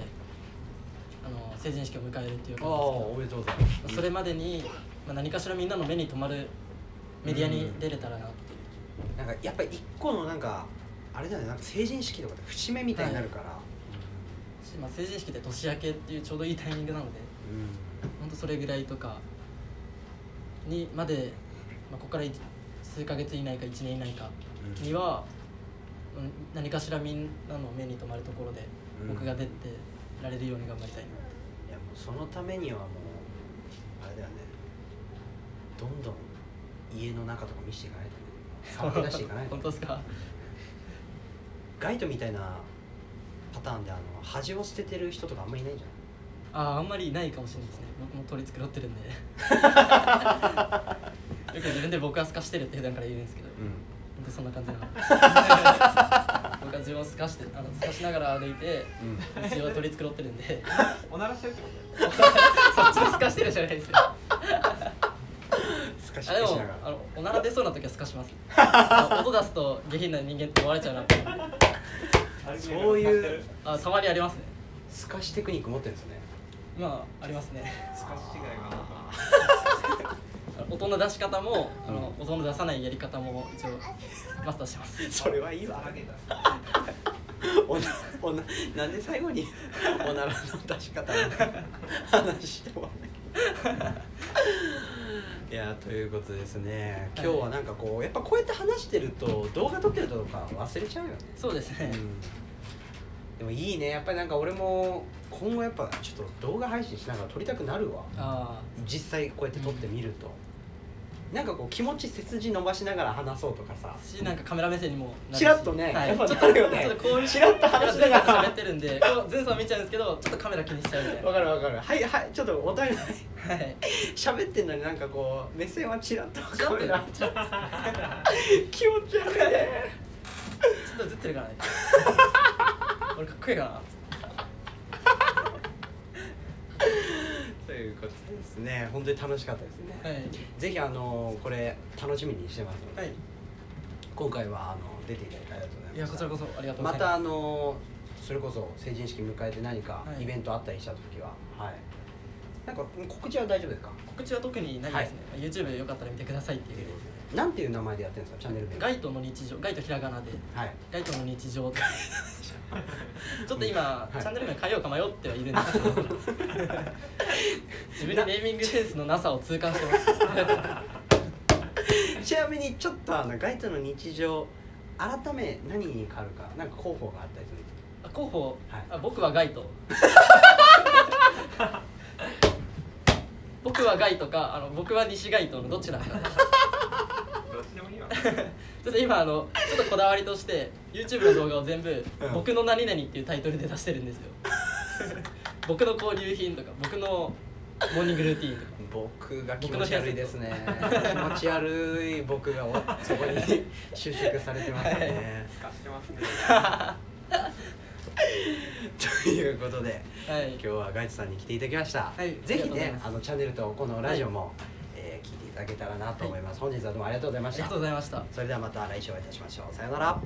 Speaker 2: あの成人式を迎えるっていう
Speaker 1: ああ
Speaker 2: 感
Speaker 1: おめでとうございます
Speaker 2: じですけどまあそれまでに、まあ、何かしらみんなの目に留まるメディアに出れたらなっていう、
Speaker 1: なんかやっぱり一個のなんかあれだよねなんか成人式とかって節目みたいになるから、
Speaker 2: まあ、成人式って年明けっていうちょうどいいタイミングなので本当それぐらいとかにまで、まあ、ここから一数ヶ月以内か1年以内か
Speaker 1: うん
Speaker 2: には、うん何かしらみんなの目に留まるところで
Speaker 1: うん
Speaker 2: 僕が出てられるように頑張りた
Speaker 1: い
Speaker 2: いな、
Speaker 1: やもうそのためにはもうあれだよねどんどん家の中とか見せていかないとね騒ぎ出していかないと
Speaker 2: (laughs)
Speaker 1: (laughs)
Speaker 2: 本当ですか
Speaker 1: ガイドみたいなパターンであの恥を捨ててる人とかあんまりいないんじゃない
Speaker 2: あああんまりいないかもしれないですね僕も取り繕ってるん
Speaker 1: (laughs)
Speaker 2: でよく自分で僕はすかしてるって普段から言うんですけど、
Speaker 1: う
Speaker 2: 本当そんな感じ
Speaker 1: (laughs)
Speaker 2: なの僕は自分をすかしてあのすかしながら歩いて
Speaker 1: ん、うん、
Speaker 2: 一応取り繕ってるんで
Speaker 3: おならしてるってこ
Speaker 2: そっちをすかしてるじゃ (laughs) ないですよ
Speaker 1: すかし
Speaker 2: あで
Speaker 1: っ
Speaker 2: も
Speaker 1: しなが
Speaker 2: あ
Speaker 1: ら
Speaker 2: のおなら出そうな時はす
Speaker 1: (laughs)
Speaker 2: かしますあの音出すと下品な人間って思われちゃうなって
Speaker 3: と歩きながら
Speaker 1: そう
Speaker 3: 立って
Speaker 1: いう
Speaker 3: る
Speaker 2: あたまにありますね
Speaker 1: すかしテクニック持ってるんですね
Speaker 2: まあありますね
Speaker 3: 透かし違いがなんか
Speaker 2: あの音の出し方もあの音の出さないやり方も一応マスターしてます
Speaker 1: (laughs) それはいい
Speaker 3: さ
Speaker 1: (laughs) わ
Speaker 3: らけ出す
Speaker 1: おなおななんで最後におならの出し方の話してもらわなきゃいやということですね今日はなんかこうやっぱこうやって話してると動画撮ってるとか忘れちゃうよね、
Speaker 2: そうです
Speaker 1: う
Speaker 2: ね、
Speaker 1: ん、でもいいねやっぱりなんか俺も今後やっぱちょっと動画配信しながら撮りたくなるわ
Speaker 2: あ
Speaker 1: 実際こうやって撮ってみると、なんかこう気持ち背筋伸ばしながら話そうとかさ
Speaker 2: あしなんかカメラ目線にもなるし
Speaker 1: チラッとね
Speaker 2: はい、
Speaker 1: やっぱ
Speaker 2: ちょっ
Speaker 1: なるよ
Speaker 2: と
Speaker 1: ね
Speaker 2: ちょっとこういう
Speaker 1: チラッと話しながら
Speaker 2: いやズンさんと喋ってるんでこうズンさん見ちゃうんですけどちょっとカメラ気にしちゃうみたいな
Speaker 1: わかるわかるはいはいちょっとお互い (laughs)
Speaker 2: はい
Speaker 1: 喋ってんのになんかこう目線はチラッと
Speaker 2: ちょっ
Speaker 1: カ
Speaker 2: と
Speaker 1: メ
Speaker 2: ち
Speaker 1: ラ
Speaker 2: ょっと
Speaker 1: 気持ち悪い
Speaker 2: ちょっと映って
Speaker 1: (laughs)
Speaker 2: るからね俺かっこいいかな
Speaker 1: ということですね本当に楽しかったですね、
Speaker 2: はい
Speaker 1: ぜひあのこれ楽しみにしてますので、
Speaker 2: はい
Speaker 1: 今回はあの出ていただいてありがとうござい
Speaker 2: い
Speaker 1: ま
Speaker 2: や
Speaker 1: す
Speaker 2: こちらこそありがとうご
Speaker 1: ま
Speaker 2: ざいます
Speaker 1: たあのそれこそ成人式迎えて何か
Speaker 2: はい
Speaker 1: イベントあったりした時ははい、なんか告知は大丈夫ですか
Speaker 2: 告知は特にないですね、YouTube よかったら見てくださいっていう
Speaker 1: なんていう名前でやってるんですかチャンネル名
Speaker 2: ガイドの日常ガイドひらがなで
Speaker 1: はい
Speaker 2: ガイドの日 (laughs) 常ちょっと今、
Speaker 1: い
Speaker 2: チャンネル名変えようか迷ってはいるんです (laughs) けど自分でネーミングセンスのなさを痛感して (laughs) ます
Speaker 1: ちなみにちょっとあのガイドの日常改め何に変わるかなんか候補があったりするんですか
Speaker 2: あ候補、
Speaker 1: はい
Speaker 2: あ僕はガイ (laughs) ド僕はガイとかあの僕は西ガイドのどっちなんですかね
Speaker 3: どっちでもいい
Speaker 1: (laughs)
Speaker 3: わ
Speaker 2: ちょっと今あのちょっとこだわりとして YouTube の動画を全部
Speaker 1: うん
Speaker 2: 「僕の何々」っていうタイトルで出してるんですよ僕の交流品とか僕のモーニングルーティーンとか
Speaker 1: 僕が気持ち悪いですね気持ち悪い僕がおそこに収縮されてますね、
Speaker 3: 透かしてますね
Speaker 1: ということで
Speaker 2: はい
Speaker 1: 今日はガイドさんに来ていただきました、
Speaker 2: はい
Speaker 1: ぜひ
Speaker 2: ありがとうござい
Speaker 1: ね
Speaker 2: ます
Speaker 1: あのチャンネルとこのラジオも、え聞いていただけたらなと思います、本日はどうもありがとうございま
Speaker 2: あ
Speaker 1: し
Speaker 2: りが
Speaker 1: た
Speaker 2: とうございました
Speaker 1: それではまた来週お会いいたしましょうさようなら